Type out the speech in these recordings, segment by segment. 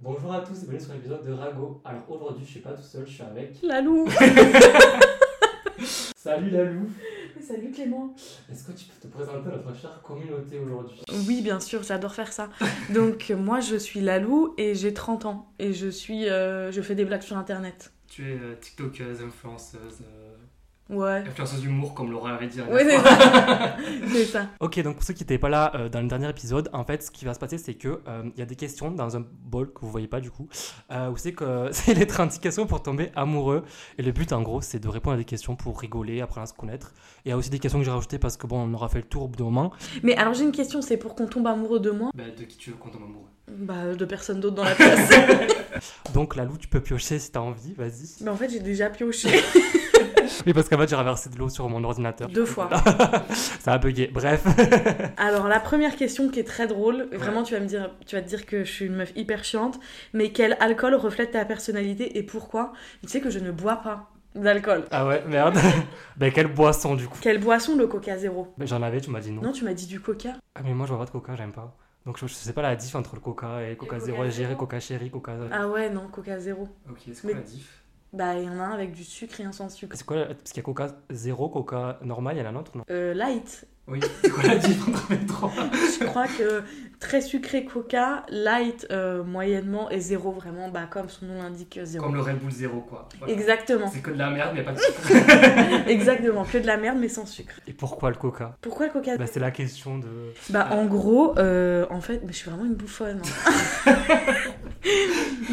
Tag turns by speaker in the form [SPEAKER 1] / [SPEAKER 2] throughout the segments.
[SPEAKER 1] Bonjour à tous et bienvenue sur l'épisode de Rago. Alors aujourd'hui, je suis pas tout seul, je suis avec.
[SPEAKER 2] Lalou
[SPEAKER 1] Salut Lalou
[SPEAKER 3] Salut Clément.
[SPEAKER 1] Est-ce que tu peux te présenter à notre chère communauté aujourd'hui
[SPEAKER 2] Oui, bien sûr, j'adore faire ça. Donc, euh, moi, je suis Lalou et j'ai 30 ans. Et je suis. euh, je fais des blagues sur internet.
[SPEAKER 4] Tu es euh, TikTokeuse, influenceuse, euh,
[SPEAKER 2] Ouais.
[SPEAKER 4] influenceuse d'humour comme Laura avait dit. la
[SPEAKER 2] Ouais, c'est
[SPEAKER 4] dernière
[SPEAKER 2] ça. c'est ça.
[SPEAKER 1] Ok, donc pour ceux qui n'étaient pas là euh, dans le dernier épisode, en fait, ce qui va se passer, c'est que euh, il y a des questions dans un bol que vous voyez pas du coup, euh, où c'est que c'est les 30 questions pour tomber amoureux. Et le but, en gros, c'est de répondre à des questions pour rigoler, apprendre à se connaître. Et il y a aussi des questions que j'ai rajoutées parce que bon, on aura fait le tour au bout d'un moment.
[SPEAKER 2] Mais alors, j'ai une question c'est pour qu'on tombe amoureux de moi
[SPEAKER 4] fois. Bah, de qui tu veux qu'on tombe amoureux
[SPEAKER 2] Bah, de personne d'autre dans la classe.
[SPEAKER 1] Donc Lalou, tu peux piocher si t'as envie, vas-y.
[SPEAKER 2] Mais en fait, j'ai déjà pioché
[SPEAKER 1] Oui, parce qu'en fait, j'ai renversé de l'eau sur mon ordinateur.
[SPEAKER 2] deux fois.
[SPEAKER 1] Ça a bugué. Bref.
[SPEAKER 2] Alors, la première question qui est très drôle, vraiment, tu vas me dire, tu vas te dire que je suis une meuf hyper chiante, mais quel alcool reflète ta personnalité et pourquoi Tu sais que je ne bois pas d'alcool.
[SPEAKER 1] Ah ouais, merde. ben quelle boisson du coup
[SPEAKER 2] Quelle boisson le coca zéro
[SPEAKER 1] Ben, J'en avais, tu m'as dit non.
[SPEAKER 2] Non, tu m'as dit du coca.
[SPEAKER 1] Ah mais moi je vois pas de coca, j'aime pas. Donc je, je sais pas la diff entre le coca et coca
[SPEAKER 3] Coca
[SPEAKER 1] zéro, et
[SPEAKER 3] Zéro.
[SPEAKER 1] géré, coca chéri, coca...
[SPEAKER 2] Ah ouais, non, coca zéro.
[SPEAKER 4] Ok, c'est quoi
[SPEAKER 2] Mais-
[SPEAKER 4] la diff
[SPEAKER 2] Bah, il y en a un avec du sucre et un sans sucre.
[SPEAKER 1] C'est quoi la- Parce qu'il y a coca zéro, coca normal, il y en a un autre non
[SPEAKER 2] Euh, light.
[SPEAKER 4] Oui, c'est quoi la diff entre les trois
[SPEAKER 2] Je crois que très sucré coca, light euh, moyennement et zéro vraiment, bah, comme son nom l'indique, euh, zéro.
[SPEAKER 4] Comme le Red Bull Zéro, quoi. Voilà.
[SPEAKER 2] Exactement,
[SPEAKER 4] C'est que de la merde, mais y a pas de sucre.
[SPEAKER 2] exactement. Que de la merde mais sans sucre.
[SPEAKER 1] Et pourquoi le coca
[SPEAKER 2] Pourquoi le coca
[SPEAKER 1] Bah c'est la question de...
[SPEAKER 2] Bah en gros, euh, en fait, mais je suis vraiment une bouffonne. hein.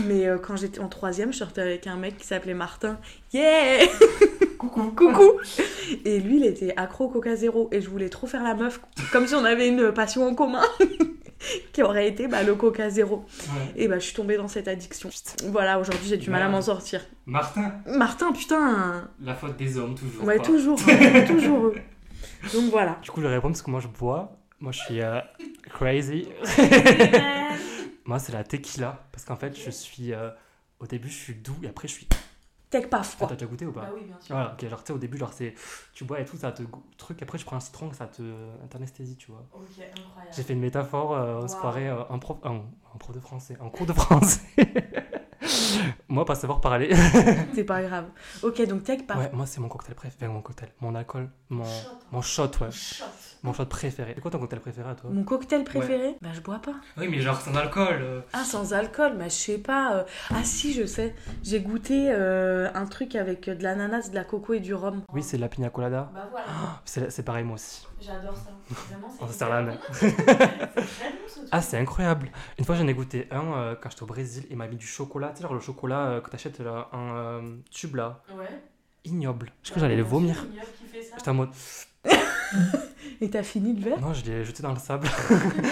[SPEAKER 2] mais euh, quand j'étais en troisième, je sortais avec un mec qui s'appelait Martin. Yeah Coucou Coucou Et lui, il était accro au Coca Zéro et je voulais trop faire la meuf, comme si on avait une passion en commun. qui aurait été bah, le Coca Zéro.
[SPEAKER 4] Ouais.
[SPEAKER 2] Et bah je suis tombée dans cette addiction. Voilà, aujourd'hui j'ai du mal à m'en sortir.
[SPEAKER 4] Martin,
[SPEAKER 2] Martin, putain
[SPEAKER 4] la faute des hommes, toujours.
[SPEAKER 2] Ouais,
[SPEAKER 4] quoi.
[SPEAKER 2] toujours, toujours eux. Donc voilà.
[SPEAKER 1] Du coup je réponds parce que moi je bois, moi je suis euh, crazy. moi c'est la tequila, parce qu'en fait je suis... euh, au début je suis doux et après je suis...
[SPEAKER 2] Tech paf
[SPEAKER 1] Ah,
[SPEAKER 2] quoi.
[SPEAKER 1] T'as déjà goûté ou pas
[SPEAKER 3] Bah oui, bien sûr.
[SPEAKER 1] Voilà, ok, genre tu sais au début genre c'est... Tu bois et tout, ça te go- truc, après je prends un citron, ça te... t'anesthésie tu vois.
[SPEAKER 3] Ok,
[SPEAKER 1] J'ai
[SPEAKER 3] incroyable.
[SPEAKER 1] fait une métaphore, euh, on se
[SPEAKER 3] Wow.
[SPEAKER 1] croirait euh, un prof, un, un prof de français, un cours de français. moi, pas savoir parler.
[SPEAKER 2] C'est pas grave. Ok, donc tech paf
[SPEAKER 1] Ouais, moi, c'est mon cocktail préféré, mon cocktail, mon alcool, mon,
[SPEAKER 3] Shot. hein.
[SPEAKER 1] mon shot, ouais.
[SPEAKER 3] Shot.
[SPEAKER 1] Mon shot préféré. C'est quoi ton cocktail préféré à toi
[SPEAKER 2] Mon cocktail préféré Bah je bois pas.
[SPEAKER 4] Oui, mais genre sans alcool. euh.
[SPEAKER 2] Ah sans alcool, bah je sais pas. euh, Ah si je sais, j'ai goûté euh, un truc avec de l'ananas, de la coco et du rhum.
[SPEAKER 1] Oui, c'est de la pina colada.
[SPEAKER 3] Bah voilà,
[SPEAKER 1] C'est c'est pareil, moi aussi.
[SPEAKER 3] j'adore ça. Vraiment, c'est.
[SPEAKER 1] On se sert la main.
[SPEAKER 3] très bon, ce truc.
[SPEAKER 1] Ah, c'est incroyable. Une fois, j'en ai goûté un euh, quand j'étais au Brésil. Il m'a mis du chocolat, tu sais, genre le chocolat euh, que t'achètes là, en euh, tube là.
[SPEAKER 3] Ouais.
[SPEAKER 1] Ignoble. Je crois que
[SPEAKER 2] Ah,
[SPEAKER 1] j'allais le vomir.
[SPEAKER 3] C'est ignoble qui fait ça.
[SPEAKER 1] J'étais en mode.
[SPEAKER 2] Et t'as fini le verre
[SPEAKER 1] Non, je l'ai jeté dans le sable.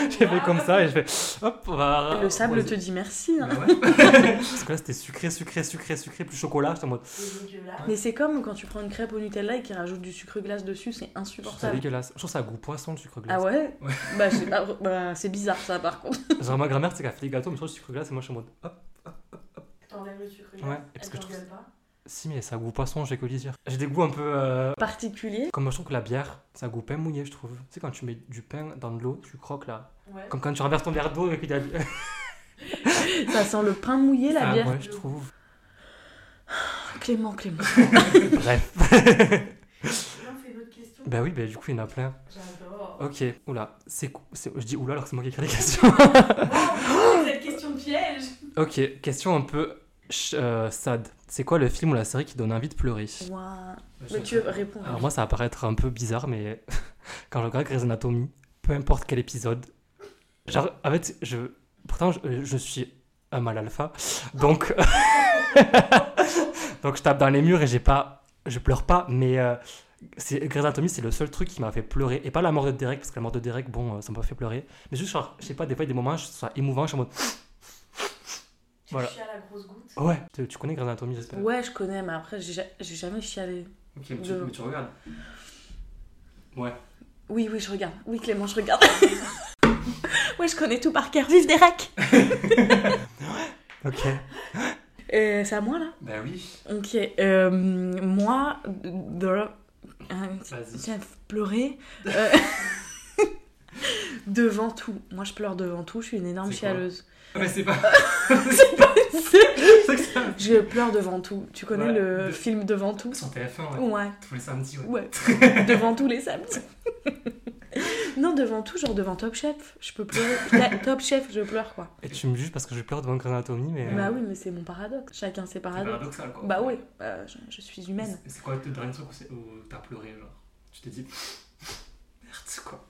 [SPEAKER 1] J'ai fait comme ça et je fais. Hop, on va.
[SPEAKER 2] Le sable
[SPEAKER 1] on-
[SPEAKER 2] te dit merci. hein.
[SPEAKER 4] Bah ouais.
[SPEAKER 1] Parce que là, c'était sucré, sucré, sucré, sucré, plus chocolat. J'étais en mode,
[SPEAKER 3] C'est dégueulasse.
[SPEAKER 2] Mais c'est comme quand tu prends une crêpe au Nutella et qu'ils rajoutent du sucre glace dessus, c'est
[SPEAKER 1] c'est
[SPEAKER 2] insupportable.
[SPEAKER 1] dégueulasse. Je trouve ça a goût poisson, le sucre glace.
[SPEAKER 2] Ah ouais,
[SPEAKER 4] Ouais.
[SPEAKER 2] Bah, je sais pas, bah, c'est bizarre ça par contre.
[SPEAKER 1] Genre, ma grand-mère, c'est qu'elle fait des gâteaux, mais sur le sucre glace, et moi, je suis en mode, hop.
[SPEAKER 3] T'enlèves le sucre.
[SPEAKER 1] Ouais,
[SPEAKER 3] glace,
[SPEAKER 1] parce
[SPEAKER 3] elle
[SPEAKER 1] que je trouve
[SPEAKER 3] t'engueule pas.
[SPEAKER 1] Si, mais ça a goût poisson, j'ai que le dire. J'ai des goûts un peu. euh,
[SPEAKER 2] Particulier.
[SPEAKER 1] Comme je trouve que la bière, ça a goût pain mouillé, je trouve. Tu sais, quand tu mets du pain dans de l'eau, tu croques là.
[SPEAKER 3] Ouais.
[SPEAKER 1] Comme quand tu renverses ton verre d'eau et qu'il y a. du-
[SPEAKER 2] Ça sent le pain mouillé la
[SPEAKER 1] Ah,
[SPEAKER 2] bière.
[SPEAKER 1] ouais, je trouve.
[SPEAKER 2] Clément, Clément.
[SPEAKER 1] Bref.
[SPEAKER 3] Non, fais une autre question.
[SPEAKER 1] Bah oui, bah du coup, il y en a plein.
[SPEAKER 3] J'adore.
[SPEAKER 1] Ok, oula. C'est. cou- c'est- Je dis oula alors que c'est moi qui écris les questions.
[SPEAKER 3] Wow, cette question piège.
[SPEAKER 1] ok, question un peu. ch- euh, sad. C'est quoi le film ou la série qui donne envie de pleurer
[SPEAKER 2] Ouah.
[SPEAKER 4] Je-
[SPEAKER 2] Mais tu veux répondre
[SPEAKER 1] Alors Ah, moi, ça va paraître un peu bizarre, mais quand je regarde Grey's Anatomy, peu importe quel épisode, genre, en fait, je, pourtant, je, je suis un mal alpha, donc, donc je tape dans les murs et j'ai pas, je pleure pas, mais euh, c'est Grey's Anatomy, c'est le seul truc qui m'a fait pleurer, et pas la mort de Derek, parce que la mort de Derek, bon, euh, ça m'a pas fait pleurer, mais juste, genre, je sais pas, des fois, il y a des moments, je suis émouvant, je suis en mode,
[SPEAKER 3] Tu
[SPEAKER 1] Voilà. Euh.
[SPEAKER 3] chies à la grosse goutte.
[SPEAKER 1] ouais, tu, tu connais Grey's Anatomy, j'espère.
[SPEAKER 2] Ouais, je connais, mais après, j'ai ja- j'ai jamais chialé.
[SPEAKER 4] Ok, mais tu,
[SPEAKER 2] de-
[SPEAKER 4] mais tu regardes. Ouais.
[SPEAKER 2] Oui, oui, je regarde. Oui, Clément, je regarde. ouais, je connais tout par cœur. Vive des racks
[SPEAKER 1] Ok.
[SPEAKER 2] Euh, C'est à moi, là
[SPEAKER 4] Bah oui.
[SPEAKER 2] Ok. euh, moi, de... euh,
[SPEAKER 4] Vas-y.
[SPEAKER 2] Tiens, pleurer. euh, devant tout. Moi, je pleure devant tout. Je suis une énorme
[SPEAKER 4] C'est quoi
[SPEAKER 2] chialeuse.
[SPEAKER 1] Ah, Mais c'est pas. c'est que ça.
[SPEAKER 2] Je pleure devant tout. Tu connais
[SPEAKER 1] Ouais.
[SPEAKER 2] le
[SPEAKER 1] De-
[SPEAKER 2] film Devant tout
[SPEAKER 1] Sur TF1, ouais.
[SPEAKER 2] Ouais,
[SPEAKER 1] Tous les samedis, ouais.
[SPEAKER 2] ouais. devant tous les samedis. non, devant tout, genre devant Top Chef. Je peux pleurer. La- Top Chef, je pleure quoi.
[SPEAKER 5] Et tu me juges parce que je pleure devant Grey's Anatomy, mais. euh,
[SPEAKER 2] Bah oui, mais c'est mon paradoxe. Chacun ses
[SPEAKER 1] C'est
[SPEAKER 2] paradoxes.
[SPEAKER 1] paradoxal, quoi.
[SPEAKER 2] Bah oui, euh, je, je suis humaine.
[SPEAKER 1] C'est- C'est quoi le dernier truc où c'est- où t'as pleuré, genre Tu t'es dit. Merde, quoi.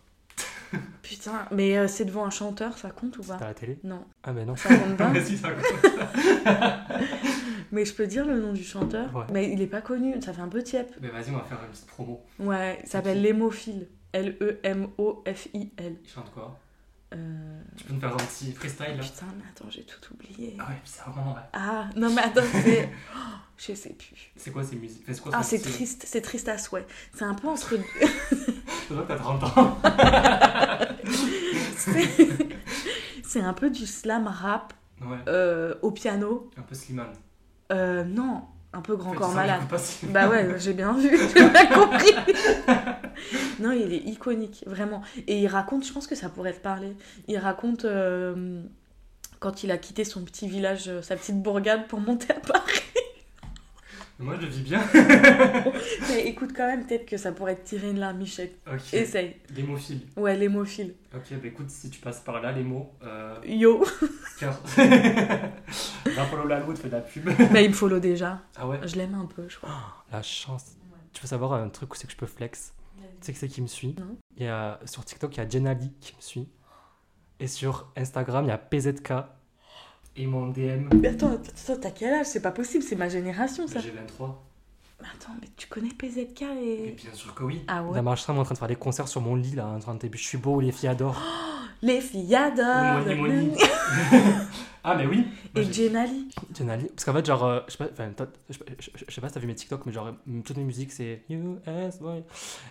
[SPEAKER 2] Putain, mais euh, c'est devant un chanteur, ça compte ou pas
[SPEAKER 5] T'as la télé
[SPEAKER 2] Non,
[SPEAKER 5] Ah, mais non.
[SPEAKER 2] ça compte pas.
[SPEAKER 1] Vas-y, ça quoi.
[SPEAKER 2] mais je peux dire le nom du chanteur.
[SPEAKER 5] Ouais.
[SPEAKER 2] Mais il est pas connu, ça fait un peu tiep.
[SPEAKER 1] Mais vas-y, on va faire une petite promo.
[SPEAKER 2] Ouais, il s'appelle E L'Hémophile. L-E-M-O-F-I-L.
[SPEAKER 1] Il chante quoi
[SPEAKER 2] Euh,
[SPEAKER 1] Tu peux nous faire un petit freestyle là
[SPEAKER 2] Putain, mais attends, j'ai tout oublié.
[SPEAKER 1] Ah ouais, bizarrement, ouais.
[SPEAKER 2] Ah, non, mais attends, c'est. Oh, je sais plus.
[SPEAKER 1] C'est quoi ces musiques Enfin, quoi
[SPEAKER 2] Ah,
[SPEAKER 1] son
[SPEAKER 2] c'est
[SPEAKER 1] style
[SPEAKER 2] triste, c'est triste à souhait. C'est un peu entre.
[SPEAKER 1] Je vois que t'as 30 ans.
[SPEAKER 2] c'est- c'est un peu du slam rap
[SPEAKER 1] Ouais,
[SPEAKER 2] euh, au piano.
[SPEAKER 1] un peu Slimane.
[SPEAKER 2] Euh, non, un peu grand
[SPEAKER 1] Encore
[SPEAKER 2] corps malade.
[SPEAKER 1] Pas si...
[SPEAKER 2] Bah ouais, j'ai bien vu, j'ai bien compris. non, il est iconique, vraiment. Et il raconte, je pense que ça pourrait te parler. Il raconte euh, quand il a quitté son petit village, euh, sa petite bourgade pour monter à Paris.
[SPEAKER 1] Mais Moi, je le vis bien.
[SPEAKER 2] Mais écoute quand même, peut-être que ça pourrait te tirer une larme, Michel.
[SPEAKER 1] Ok.
[SPEAKER 2] Essaye.
[SPEAKER 1] L'hémophile.
[SPEAKER 2] Ouais, l'hémophile.
[SPEAKER 1] Ok, bah écoute, si tu passes par là, les mots. Euh,
[SPEAKER 2] Yo,
[SPEAKER 1] car. Rapolo Lalo te fait de la pub.
[SPEAKER 2] bah il me follow déjà.
[SPEAKER 1] Ah ouais
[SPEAKER 2] Je l'aime un peu, je crois.
[SPEAKER 5] La chance. Tu veux savoir un truc où c'est que je peux flex Tu sais que c'est qui me suit
[SPEAKER 2] Non.
[SPEAKER 5] Il y a, Sur TikTok, il y a Jenna Lee qui me suit. Et sur Instagram, il y a PZK.
[SPEAKER 1] Et mon DM,
[SPEAKER 2] Mais attends, attends, attends, t'as quel âge C'est pas possible, c'est ma génération ça.
[SPEAKER 1] j'ai 23.
[SPEAKER 2] Mais attends, mais tu connais PZK
[SPEAKER 1] Et
[SPEAKER 2] et.
[SPEAKER 1] bien sûr que oui.
[SPEAKER 2] Ah
[SPEAKER 5] La
[SPEAKER 2] ouais.
[SPEAKER 5] marche en train de faire des concerts sur mon lit, là, en train de Je suis beau, les filles adorent.
[SPEAKER 2] Les filles adorent.
[SPEAKER 1] Moni, Moni. ah, mais oui. Moi,
[SPEAKER 2] bah, Et
[SPEAKER 1] j'ai-
[SPEAKER 2] Jenali.
[SPEAKER 5] Jenna Lee. Parce qu'en fait, genre, euh, je sais pas, enfin, toi, je sais pas- je- je sais pas si t'as vu mes TikTok, mais genre, euh, toutes mes musiques, c'est US, boy.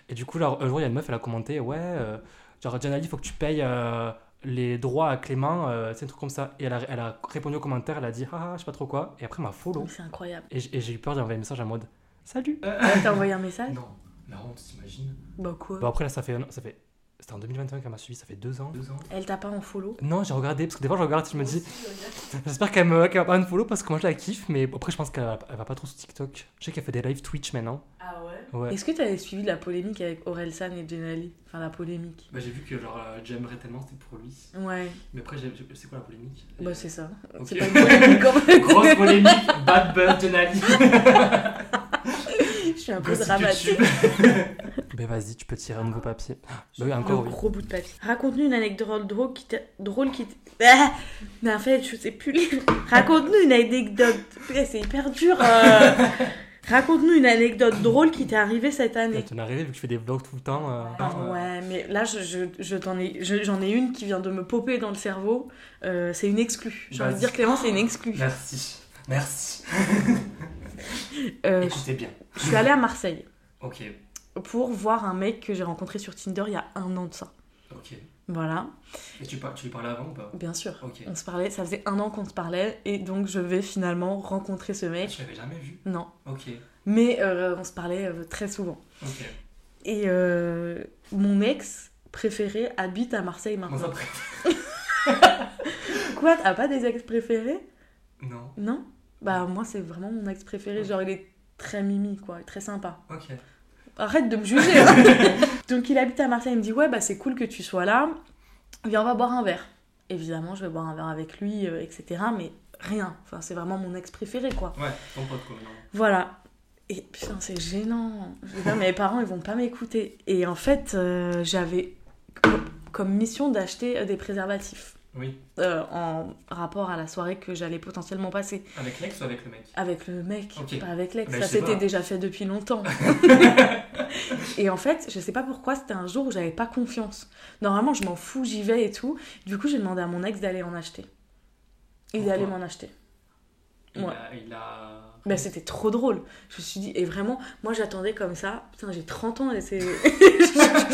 [SPEAKER 5] Et du coup, genre, un jour, il y a une meuf, elle a commenté, ouais, euh, genre, Jenna Lee, faut que tu payes euh, les droits à Clément, euh, c'est un truc comme ça. Et elle a, elle a répondu au commentaire, elle a dit, ah, je sais pas trop quoi. Et après, elle m'a follow.
[SPEAKER 2] C'est incroyable.
[SPEAKER 5] Et j'ai et j'ai eu peur d'envoyer un message en mode, salut.
[SPEAKER 2] Elle t'a envoyé un message
[SPEAKER 1] Non, la honte, t'imagines
[SPEAKER 2] Bah quoi
[SPEAKER 5] Bon, après, là, ça fait. un an- ça fait C'était en 2021 qu'elle m'a suivi, ça fait deux ans.
[SPEAKER 1] Deux ans
[SPEAKER 2] Elle t'a pas en follow
[SPEAKER 5] Non, j'ai regardé, parce que des fois, je regarde, je me dis, J'espère qu'elle me qu'elle va pas me follow parce que moi je la kiffe, mais après je pense qu'elle va- elle va pas trop sur TikTok. Je sais qu'elle fait des lives Twitch maintenant.
[SPEAKER 3] Ah ouais
[SPEAKER 5] Ouais.
[SPEAKER 2] Est-ce que t'avais suivi la polémique avec Orelsan et Jenali Enfin, la polémique.
[SPEAKER 1] Bah, j'ai vu que genre, euh, j'aimerais tellement, c'était pour lui.
[SPEAKER 2] Ouais,
[SPEAKER 1] Mais après, j'ai- j'ai- c'est quoi la polémique
[SPEAKER 2] bah c'est ça.
[SPEAKER 1] Ok.
[SPEAKER 2] C'est pas une polémique quand
[SPEAKER 1] Grosse
[SPEAKER 2] même.
[SPEAKER 1] polémique, bad buzz de Nali.
[SPEAKER 2] Je suis un peu dramatique.
[SPEAKER 5] Ben vas-y, tu peux tirer un nouveau papier. Bah oui,
[SPEAKER 2] Le
[SPEAKER 5] encore oui.
[SPEAKER 2] gros bout de papier. Raconte-nous une anecdote drôle qui t'a. Drôle qui t'a- Ah Mais en fait, je sais plus lire. Raconte-nous une anecdote. Putain, C'est hyper dur. euh. Raconte-nous une anecdote drôle qui t'est arrivée cette
[SPEAKER 5] Là,
[SPEAKER 2] année.
[SPEAKER 5] t'en es arrivé vu que je fais des vlogs tout le temps. euh,
[SPEAKER 3] Ouais.
[SPEAKER 5] euh,
[SPEAKER 2] Ouais, mais là, je, je, je t'en ai, je- j'en ai une qui vient de me popper dans le cerveau. Euh, c'est une exclue. J'ai envie de
[SPEAKER 1] Vas-y.
[SPEAKER 2] dire, Clément, c'est une exclue.
[SPEAKER 1] Merci, merci.
[SPEAKER 2] Euh, je,
[SPEAKER 1] Écoutez bien.
[SPEAKER 2] je suis allée à Marseille
[SPEAKER 1] Ok,
[SPEAKER 2] pour voir un mec que j'ai rencontré sur Tinder il y a un an de ça.
[SPEAKER 1] ok.
[SPEAKER 2] Voilà,
[SPEAKER 1] Et tu, par- tu lui parlais avant ou pas
[SPEAKER 2] bien sûr.
[SPEAKER 1] Ok.
[SPEAKER 2] On se parlait, ça faisait un an qu'on se parlait, et donc je vais finalement rencontrer ce mec.
[SPEAKER 1] Je l'avais jamais vu.
[SPEAKER 2] Non,
[SPEAKER 1] Ok,
[SPEAKER 2] mais euh, on se parlait euh, très souvent.
[SPEAKER 1] ok.
[SPEAKER 2] Et euh, mon ex préféré habite à Marseille
[SPEAKER 1] Comment ça
[SPEAKER 2] maintenant.
[SPEAKER 1] après
[SPEAKER 2] Quoi, t'as pas des ex préférés
[SPEAKER 1] Non.
[SPEAKER 2] Non Bah moi c'est vraiment mon ex préféré, genre il est très mimi quoi, très sympa.
[SPEAKER 1] Ok.
[SPEAKER 2] Arrête de me juger hein. Donc il habite à Marseille, il me dit ouais bah c'est cool que tu sois là, viens on va boire un verre. Évidemment je vais boire un verre avec lui, euh, etc. Mais rien, enfin c'est vraiment mon ex préféré quoi.
[SPEAKER 1] Ouais, ton pote quoi maintenant.
[SPEAKER 2] Voilà. Et putain c'est gênant. Je veux dire, mes parents ils vont pas m'écouter. Et en fait euh, j'avais comme- comme mission d'acheter euh, des préservatifs.
[SPEAKER 1] Oui.
[SPEAKER 2] euh, en rapport à la soirée que j'allais potentiellement passer.
[SPEAKER 1] Avec l'ex ou avec le mec
[SPEAKER 2] Avec le mec,
[SPEAKER 1] Ok.
[SPEAKER 2] pas avec l'ex.
[SPEAKER 1] Mais
[SPEAKER 2] ça
[SPEAKER 1] je sais
[SPEAKER 2] s'était
[SPEAKER 1] pas.
[SPEAKER 2] déjà fait depuis longtemps. et en fait, je sais pas pourquoi, c'était un jour où j'avais pas confiance. Normalement, je m'en fous, j'y vais et tout. Du coup, j'ai demandé à mon ex d'aller en acheter. Et
[SPEAKER 1] Pourquoi
[SPEAKER 2] d'aller m'en acheter.
[SPEAKER 1] il,
[SPEAKER 2] Ouais.
[SPEAKER 1] a, il a.
[SPEAKER 2] Bah, c'était trop drôle. Je me suis dit, et vraiment, moi j'attendais comme ça. Putain, j'ai 30 ans et c'est.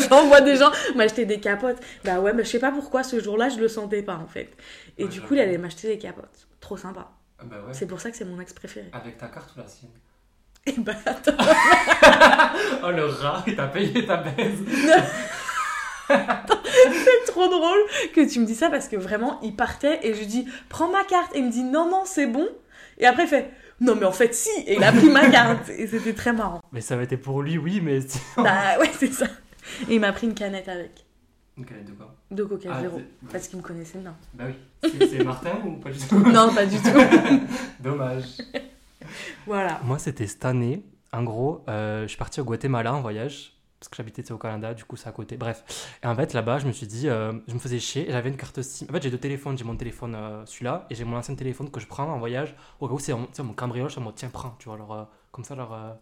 [SPEAKER 2] J'en vois des gens m'acheter des capotes. Bah ouais, mais je sais pas pourquoi ce jour-là, je le sentais pas en fait. Et
[SPEAKER 1] Ouais,
[SPEAKER 2] du
[SPEAKER 1] j'avoue.
[SPEAKER 2] coup, il allait m'acheter des capotes. Trop sympa.
[SPEAKER 1] Ah Bah ouais.
[SPEAKER 2] C'est pour ça que c'est mon ex préféré.
[SPEAKER 1] Avec ta carte ou la sienne
[SPEAKER 2] Et bah,
[SPEAKER 1] Oh le rat, il t'a payé ta baise.
[SPEAKER 2] trop trop drôle que tu me dis ça parce que vraiment, il partait et je lui dis Prends ma carte. Et il me dit Non, non, c'est bon. Et après, il fait Non, mais en fait, si. Et il a pris ma carte. Et c'était très marrant.
[SPEAKER 1] Mais ça va être pour lui, oui, mais.
[SPEAKER 2] Bah ouais, c'est ça. Et il m'a pris une canette avec.
[SPEAKER 6] Une canette de quoi
[SPEAKER 2] de Coca
[SPEAKER 6] Ah,
[SPEAKER 2] Zero.
[SPEAKER 6] c'est-
[SPEAKER 2] Parce qu'il me connaissait, non.
[SPEAKER 6] Bah oui. C'est- C'est Martin ou pas du tout
[SPEAKER 2] Non, pas du tout.
[SPEAKER 6] Dommage.
[SPEAKER 2] Voilà.
[SPEAKER 1] Moi, c'était cette année. En gros, euh, je suis parti au Guatemala en voyage. Parce que j'habitais tu sais, au Canada, du coup, c'est à côté. Bref. Et en fait, là-bas, je me suis dit, euh, je me faisais chier. et J'avais une carte SIM. En fait, j'ai deux téléphones. J'ai mon téléphone, euh, celui-là, et j'ai mon ancien téléphone que je prends en voyage. Au cas où c'est mon, tu sais, mon cambriolage, ça me tiens, prends. Tu vois, alors, euh, comme ça, alors. euh,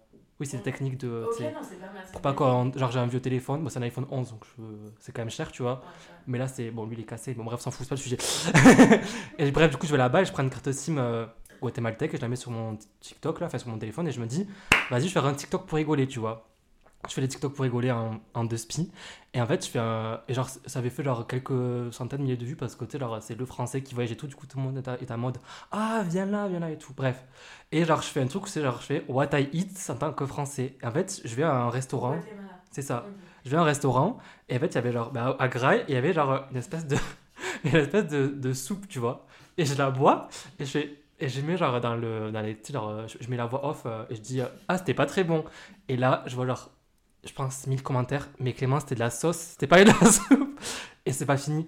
[SPEAKER 1] Oui, c'est des techniques de. tu
[SPEAKER 7] Ok,
[SPEAKER 1] sais,
[SPEAKER 7] non, c'est pas mal. c'est
[SPEAKER 1] Pour pas
[SPEAKER 7] bien.
[SPEAKER 1] qu'on. Genre, j'ai un vieux téléphone. Bon, c'est un iPhone 11, donc je- c'est quand même cher, tu vois.
[SPEAKER 7] Ouais, ouais.
[SPEAKER 1] Mais là, c'est. Bon, lui, il est cassé. Bon, bref, s'en fout, c'est pas le sujet. et bref, du coup, je vais là-bas et je prends une carte SIM euh, guatémaltèque et je la mets sur mon TikTok, là, enfin, sur mon téléphone, et je me dis, vas-y, je vais faire un TikTok pour rigoler, tu vois. Je fais les TikTok pour rigoler en, en deux spies. Et en fait, je fais un. Et genre, ça avait fait genre quelques centaines de milliers de vues parce que, tu sais, genre, c'est le français qui voyage et tout. Du coup, tout le monde est à- est en mode, ah, viens là, viens là et tout. Bref. Et genre, je fais un truc où c'est genre, je fais what I eat en tant que français. Et en fait, je vais à un restaurant.
[SPEAKER 7] Guatemala.
[SPEAKER 1] C'est ça
[SPEAKER 7] Mhm.
[SPEAKER 1] je vais à un restaurant et en fait il y avait genre bah, à Grail il y avait genre une espèce de une espèce de, de soupe tu vois et je la bois et je fais- et je mets genre dans le dans les tu sais, genre, euh, je, je mets la voix off euh, et je dis euh, ah c'était pas très bon et là je vois genre je pense 1000 commentaires mais Clément c'était de la sauce c'était pas de la soupe et c'est pas fini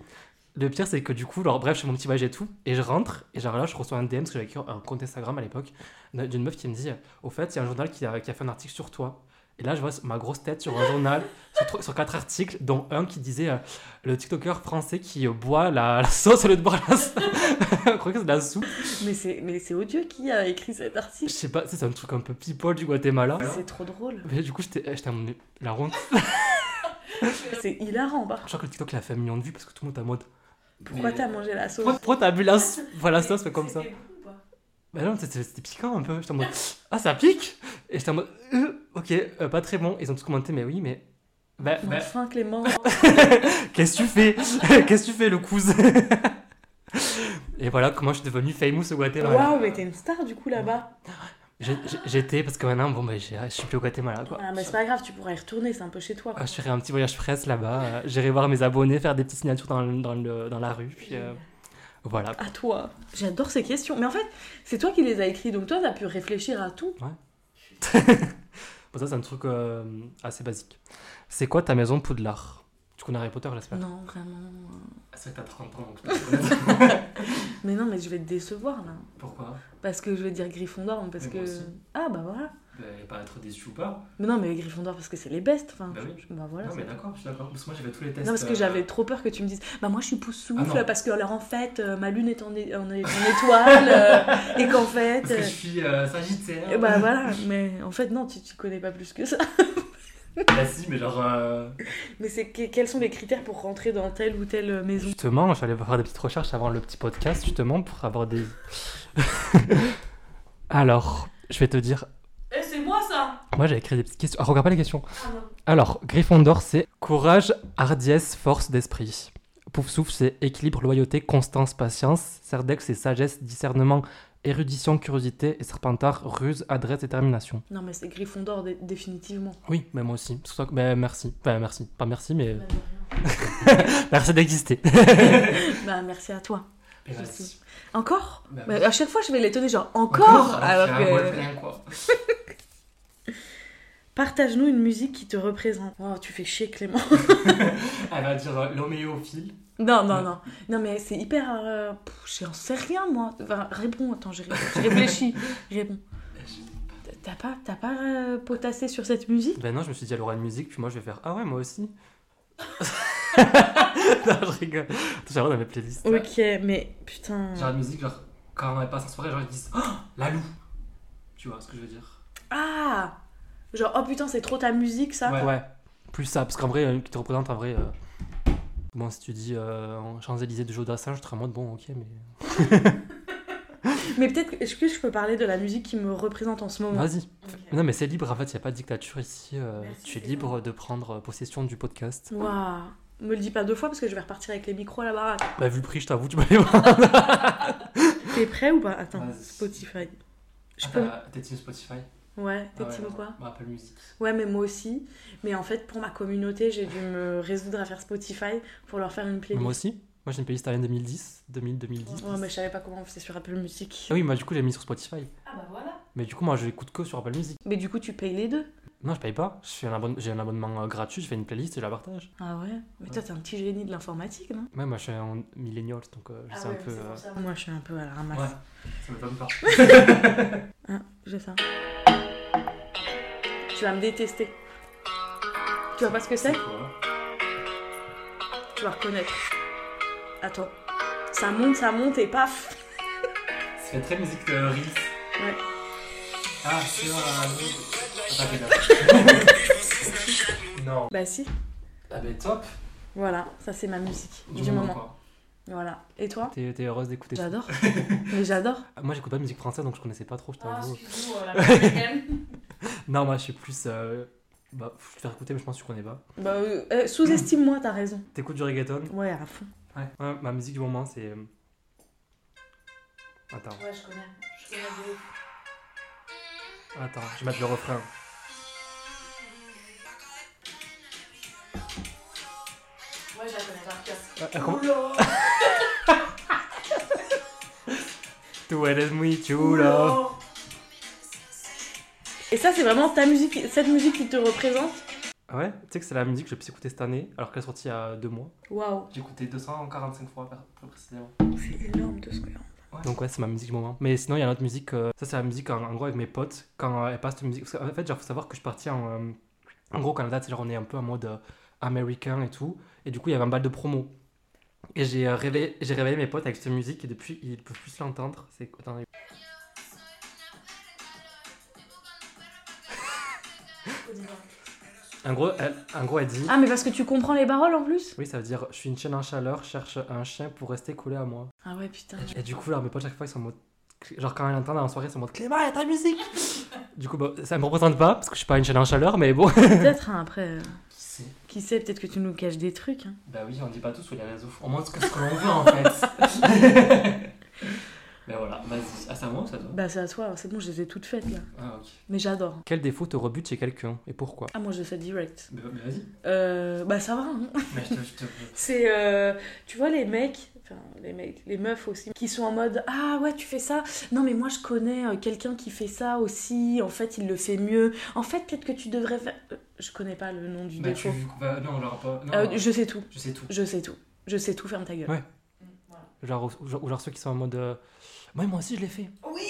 [SPEAKER 1] le pire c'est que du coup genre bref je fais mon petit voyage et tout et je rentre et genre là je reçois un DM parce que j'avais un compte Instagram à l'époque d'une meuf qui me dit euh, au fait il y a un journal qui a- qui a fait un article sur toi et là, je vois ma grosse tête sur un journal, sur, trois- sur quatre articles, dont un qui disait euh, le TikToker français qui euh, boit la, la sauce au lieu de boire la sauce. je crois que c'est de la soupe.
[SPEAKER 2] Mais c'est mais c'est odieux qui a écrit cet
[SPEAKER 1] Je
[SPEAKER 2] article.
[SPEAKER 1] sais pas, tu sais, c'est un truc un peu people du Guatemala.
[SPEAKER 2] C'est trop drôle.
[SPEAKER 1] Mais du coup, j'étais euh, j'étais en mode, la honte.
[SPEAKER 2] C'est hilarant, par
[SPEAKER 1] Je crois que le TikTok, il a fait un million de vues parce que tout le monde est en mode
[SPEAKER 2] Pourquoi
[SPEAKER 6] Mais-
[SPEAKER 2] t'as mangé la sauce
[SPEAKER 1] pourquoi, pourquoi t'as bu la, sou- enfin, la sauce
[SPEAKER 7] Mais
[SPEAKER 1] comme ça
[SPEAKER 7] c'était bon ou pas
[SPEAKER 1] Bah non, c'était c'était piquant un peu. J'étais en mode ah, ça pique Et j'étais en mode Euh, ok, euh, pas très bon. Ils ont tous commenté, mais oui, mais. Bah,
[SPEAKER 2] Mais
[SPEAKER 1] bah,
[SPEAKER 2] Enfin, Clément.
[SPEAKER 1] Qu'est-ce que tu fais Qu'est-ce que tu fais, le cousin Et voilà comment je suis devenu famous au Guatemala.
[SPEAKER 2] Waouh, mais t'es une star du coup là-bas.
[SPEAKER 1] J'ai- j'ai- J'étais, parce que maintenant, bon, bah, j'ai- je suis plus au Guatemala, quoi.
[SPEAKER 2] Ah, mais c'est pas grave, tu pourras y retourner, c'est un peu chez toi.
[SPEAKER 1] Ah, Je ferai un petit voyage presse là-bas, euh, j'irai voir mes abonnés, faire des petites signatures dans, le- dans, le- dans la rue, puis euh, voilà.
[SPEAKER 2] À toi. J'adore ces questions. Mais en fait, c'est toi qui les as écrites, donc toi, t'as pu réfléchir à tout.
[SPEAKER 1] Bon, ça, c'est un truc euh, assez basique. C'est quoi ta maison Poudlard Tu connais Harry Potter, j'espère
[SPEAKER 2] Non, vraiment. euh.
[SPEAKER 6] Ah, Ça fait à 30 ans, donc je peux te connaître.
[SPEAKER 2] Mais non, mais je vais te décevoir là.
[SPEAKER 6] Pourquoi
[SPEAKER 2] Parce que je vais dire Gryffondor, mais parce
[SPEAKER 6] Mais
[SPEAKER 2] que.
[SPEAKER 6] moi aussi.
[SPEAKER 2] Ah bah voilà.
[SPEAKER 6] Bah, pas être déçu ou pas
[SPEAKER 2] Mais non, mais Gryffondor parce que c'est les bestes. Enfin,
[SPEAKER 6] Bah oui.
[SPEAKER 2] je- bah voilà.
[SPEAKER 6] Non, mais
[SPEAKER 2] c'est-
[SPEAKER 6] d'accord, je suis d'accord. Parce que moi, j'ai fait tous les tests.
[SPEAKER 2] Non, parce que
[SPEAKER 6] euh,
[SPEAKER 2] j'avais trop peur que tu me dises Bah, moi je suis
[SPEAKER 6] Ah
[SPEAKER 2] pousse-souffle
[SPEAKER 6] non.
[SPEAKER 2] parce que, alors en fait, euh, ma lune est en, é- en é- en étoile euh, et qu'en fait.
[SPEAKER 6] Parce que
[SPEAKER 2] euh,
[SPEAKER 6] je suis euh, Sagittaire.
[SPEAKER 2] Et bah voilà, mais en fait, non, tu t'y connais pas plus que ça.
[SPEAKER 6] Bah, si, mais genre. euh,
[SPEAKER 2] Mais c'est que- quels sont les critères pour rentrer dans telle ou telle euh, maison
[SPEAKER 1] Justement, j'allais faire des petites recherches avant le petit podcast, justement, pour avoir des... Alors, je vais te dire,
[SPEAKER 7] Eh, c'est moi ça
[SPEAKER 1] moi j'ai écrit des petites questions. Ah, regarde pas les questions
[SPEAKER 7] Ah non.
[SPEAKER 1] Alors, Gryffondor, c'est courage, hardiesse, force d'esprit. Poufsouffle, c'est équilibre, loyauté, constance, patience. Cerdex, c'est sagesse, discernement, érudition, curiosité. Et Serpentard, ruse, adresse, détermination.
[SPEAKER 2] Non, mais c'est Gryffondor dé- définitivement.
[SPEAKER 1] Oui, mais moi aussi. C'est pour ça que- mais merci. Enfin, merci. Pas merci, mais
[SPEAKER 7] Bah, de rien.
[SPEAKER 1] merci d'exister.
[SPEAKER 2] Bah, merci à toi.
[SPEAKER 6] mais bah,
[SPEAKER 2] sais.
[SPEAKER 6] si.
[SPEAKER 2] Encore
[SPEAKER 6] Bah, Ah,
[SPEAKER 2] Bah, À chaque fois, je vais l'étonner, genre encore,
[SPEAKER 6] Alors
[SPEAKER 2] Alors
[SPEAKER 6] qu'il y a un
[SPEAKER 2] que.
[SPEAKER 6] moyen, quoi.
[SPEAKER 2] Partage-nous une musique qui te représente. Oh, tu fais chier, Clément.
[SPEAKER 6] Elle va dire euh, l'homéophile.
[SPEAKER 2] Non, non,
[SPEAKER 1] Ouais.
[SPEAKER 2] non. Non, mais c'est hyper. euh, pff, J'en sais rien, moi. Enfin, réponds, attends, j'ai j'ai réfléchi. Réponds. T'as pas, t'as pas euh, potassé sur cette musique
[SPEAKER 1] ben non, je me suis dit, elle aura une musique, puis moi je vais faire Ah ouais, moi aussi. non, je rigole. Tout dans mes playlists.
[SPEAKER 2] Ok, mais putain.
[SPEAKER 6] Genre de musique, genre, quand elle passe en soirée, genre, ils disent Oh, la loup Tu vois ce que je veux dire
[SPEAKER 2] Ah Genre, oh putain, c'est trop ta musique, ça
[SPEAKER 6] Ouais.
[SPEAKER 1] Ouais, plus ça, parce qu'en vrai, euh, qui te représente en vrai. euh, Bon, si tu dis euh, en Champs-Élysées de Jodassin, je te mode bon, ok, mais.
[SPEAKER 2] Mais peut-être, que- est-ce que je peux parler de la musique qui me représente en ce moment
[SPEAKER 1] Vas-y.
[SPEAKER 7] Ok.
[SPEAKER 1] Non, mais c'est libre en fait, il n'y a pas de dictature ici. euh,
[SPEAKER 7] Merci,
[SPEAKER 1] tu es
[SPEAKER 7] c'est
[SPEAKER 1] libre de prendre euh, possession du podcast.
[SPEAKER 2] Waouh Me le dis pas deux fois parce que je vais repartir avec les micros à la baraque.
[SPEAKER 1] Bah, vu le prix, je t'avoue, tu peux aller voir.
[SPEAKER 2] T'es prêt ou pas Attends,
[SPEAKER 6] Vas-y.
[SPEAKER 2] Spotify. Je
[SPEAKER 6] Ah,
[SPEAKER 2] peux.
[SPEAKER 6] t'as- T'es team Spotify
[SPEAKER 2] Ouais,
[SPEAKER 8] Ah ouais,
[SPEAKER 2] Team ou
[SPEAKER 8] non,
[SPEAKER 2] quoi
[SPEAKER 8] bah, Apple Music.
[SPEAKER 2] Ouais, mais moi aussi. Mais en fait, pour ma communauté, j'ai dû me résoudre à faire Spotify pour leur faire une playlist.
[SPEAKER 1] Moi aussi. Moi, j'ai une playlist italienne 2010, 2000, 2010.
[SPEAKER 2] Ouais, mais je savais pas comment on faisait sur Apple Music.
[SPEAKER 1] Ah oui, moi, du coup, j'ai mis sur Spotify.
[SPEAKER 9] Ah bah voilà.
[SPEAKER 1] Mais du coup, moi, je l'écoute que sur Apple Music.
[SPEAKER 2] Mais du coup, tu payes les deux
[SPEAKER 1] Non, je paye pas. Je fais un abonne- J'ai un, abonnement euh, gratuit, je fais une playlist et je la partage.
[SPEAKER 2] Ah ouais Mais toi, t'es un petit génie de l'informatique, non
[SPEAKER 1] Ouais, moi, je suis un millennial, donc euh, je
[SPEAKER 9] Ah
[SPEAKER 1] sais
[SPEAKER 9] ouais,
[SPEAKER 1] un peu.
[SPEAKER 9] c'est
[SPEAKER 1] euh,
[SPEAKER 9] pour ça.
[SPEAKER 2] Moi, je suis un peu à la
[SPEAKER 8] Ouais,
[SPEAKER 2] ramasse.
[SPEAKER 8] ça m'étonne pas.
[SPEAKER 2] Ah, j'ai ça. Tu vas me détester. Tu vois pas ce que c'est
[SPEAKER 8] quoi
[SPEAKER 2] Tu vas reconnaître. Attends. Ça monte, ça monte et paf
[SPEAKER 8] C'est très musique de Reels.
[SPEAKER 2] Ouais.
[SPEAKER 8] Ah, sur. Euh... Ah, t'as fait là. non.
[SPEAKER 2] Bah si.
[SPEAKER 8] Ah, bah top.
[SPEAKER 2] Voilà, ça c'est ma musique du, moment. Voilà. Et toi
[SPEAKER 1] T'es t'es heureuse d'écouter ça
[SPEAKER 2] J'adore. Mais j'adore.
[SPEAKER 1] Ah, Moi, j'écoute pas de musique française, donc je connaissais pas trop, je
[SPEAKER 9] Ah,
[SPEAKER 1] t'avoue.
[SPEAKER 9] excuse-nous, euh, la prochaine.
[SPEAKER 1] non, moi, je suis plus. euh, Bah, faut te faire écouter, mais je pense que tu connais pas.
[SPEAKER 2] Bah, euh, euh, sous-estime-moi, t'as raison.
[SPEAKER 1] T'écoutes du reggaeton
[SPEAKER 2] Ouais, à fond.
[SPEAKER 1] Ouais. ma musique du moment, c'est. euh, Attends,
[SPEAKER 9] Ouais, je connais. Je connais de ouf.
[SPEAKER 1] attends, je vais mettre le refrain.
[SPEAKER 8] Euh,
[SPEAKER 9] Ouais, je la connais par cœur.
[SPEAKER 1] Ah,
[SPEAKER 8] euh,
[SPEAKER 1] ah, comment-
[SPEAKER 9] Oula.
[SPEAKER 1] Tu eres muy chulo.
[SPEAKER 9] Oula.
[SPEAKER 2] Et ça, c'est vraiment ta musique, cette musique qui te représente
[SPEAKER 1] Ah Ouais, tu sais que c'est la musique que j'ai pu écouter cette année, alors qu'elle est sortie il y a deux mois.
[SPEAKER 2] Waouh.
[SPEAKER 8] J'ai écouté 245 fois par- plus précisément.
[SPEAKER 2] C'est énorme de ce que
[SPEAKER 1] Donc ouais, c'est ma musique du moment. Mais sinon, il y a une autre musique. euh, ça, c'est la musique en, en gros avec mes potes. Quand euh, elle passe cette musique. Parce qu'en fait, genre, faut savoir que je suis parti en. euh, en gros, au Canada, tu sais, genre, on est un peu en mode euh, américain et tout. Et du coup, il y avait un bal de promo. Et j'ai euh, réveillé, j'ai réveillé mes potes avec cette musique et depuis, ils peuvent plus l'entendre. C'est. Attends,
[SPEAKER 9] Au départ.
[SPEAKER 1] En gros, elle, en gros, elle dit.
[SPEAKER 2] Ah, mais parce que tu comprends les paroles en plus
[SPEAKER 1] Oui, ça veut dire je suis une chienne en chaleur, cherche un chien pour rester collé à moi.
[SPEAKER 2] Ah ouais, putain.
[SPEAKER 1] Et du coup, là, mes potes, chaque fois, ils sont en mode. Genre, quand ils l'entendent en soirée, ils sont en mode Clément, il y a ta musique Du coup, bah, ça me représente pas, parce que je suis pas une chienne en chaleur, mais bon.
[SPEAKER 2] Peut-être, hein, après, euh,
[SPEAKER 8] Qui sait
[SPEAKER 2] qui sait, peut-être que tu nous caches des trucs. hein.
[SPEAKER 8] Bah oui, on dit pas tout sur les réseaux. On montre ce que l'on veut en fait. ben voilà, vas-y. Ah, c'est à moi ou c'est à toi
[SPEAKER 2] Bah, c'est à toi, c'est bon, je les ai toutes faites là.
[SPEAKER 8] Ah, ok.
[SPEAKER 2] Mais j'adore.
[SPEAKER 1] Quel défaut te rebute chez quelqu'un et pourquoi
[SPEAKER 2] Ah, moi, je fais direct.
[SPEAKER 8] Mais, mais Bah, vas-y.
[SPEAKER 2] Euh, bah, ça va, hein.
[SPEAKER 8] Mais je te. Je te...
[SPEAKER 2] C'est, euh, tu vois, les mecs, enfin, les mecs, les meufs aussi, qui sont en mode Ah ouais, tu fais ça Non, mais moi je connais euh, quelqu'un qui fait ça aussi, en fait il le fait mieux. En fait, peut-être que tu devrais faire. Euh, Je connais pas le nom du
[SPEAKER 8] Bah, tu.
[SPEAKER 2] défaut.
[SPEAKER 8] bah, non, genre pas. Non,
[SPEAKER 2] Euh,
[SPEAKER 8] non,
[SPEAKER 2] je sais tout,
[SPEAKER 8] je sais tout.
[SPEAKER 2] je sais tout, je sais tout, ferme ta gueule.
[SPEAKER 1] Ouais.
[SPEAKER 9] Mm, voilà.
[SPEAKER 1] genre, ou, genre- ou genre ceux qui sont en mode. euh, Ouais, moi aussi, je l'ai fait.
[SPEAKER 9] Oui.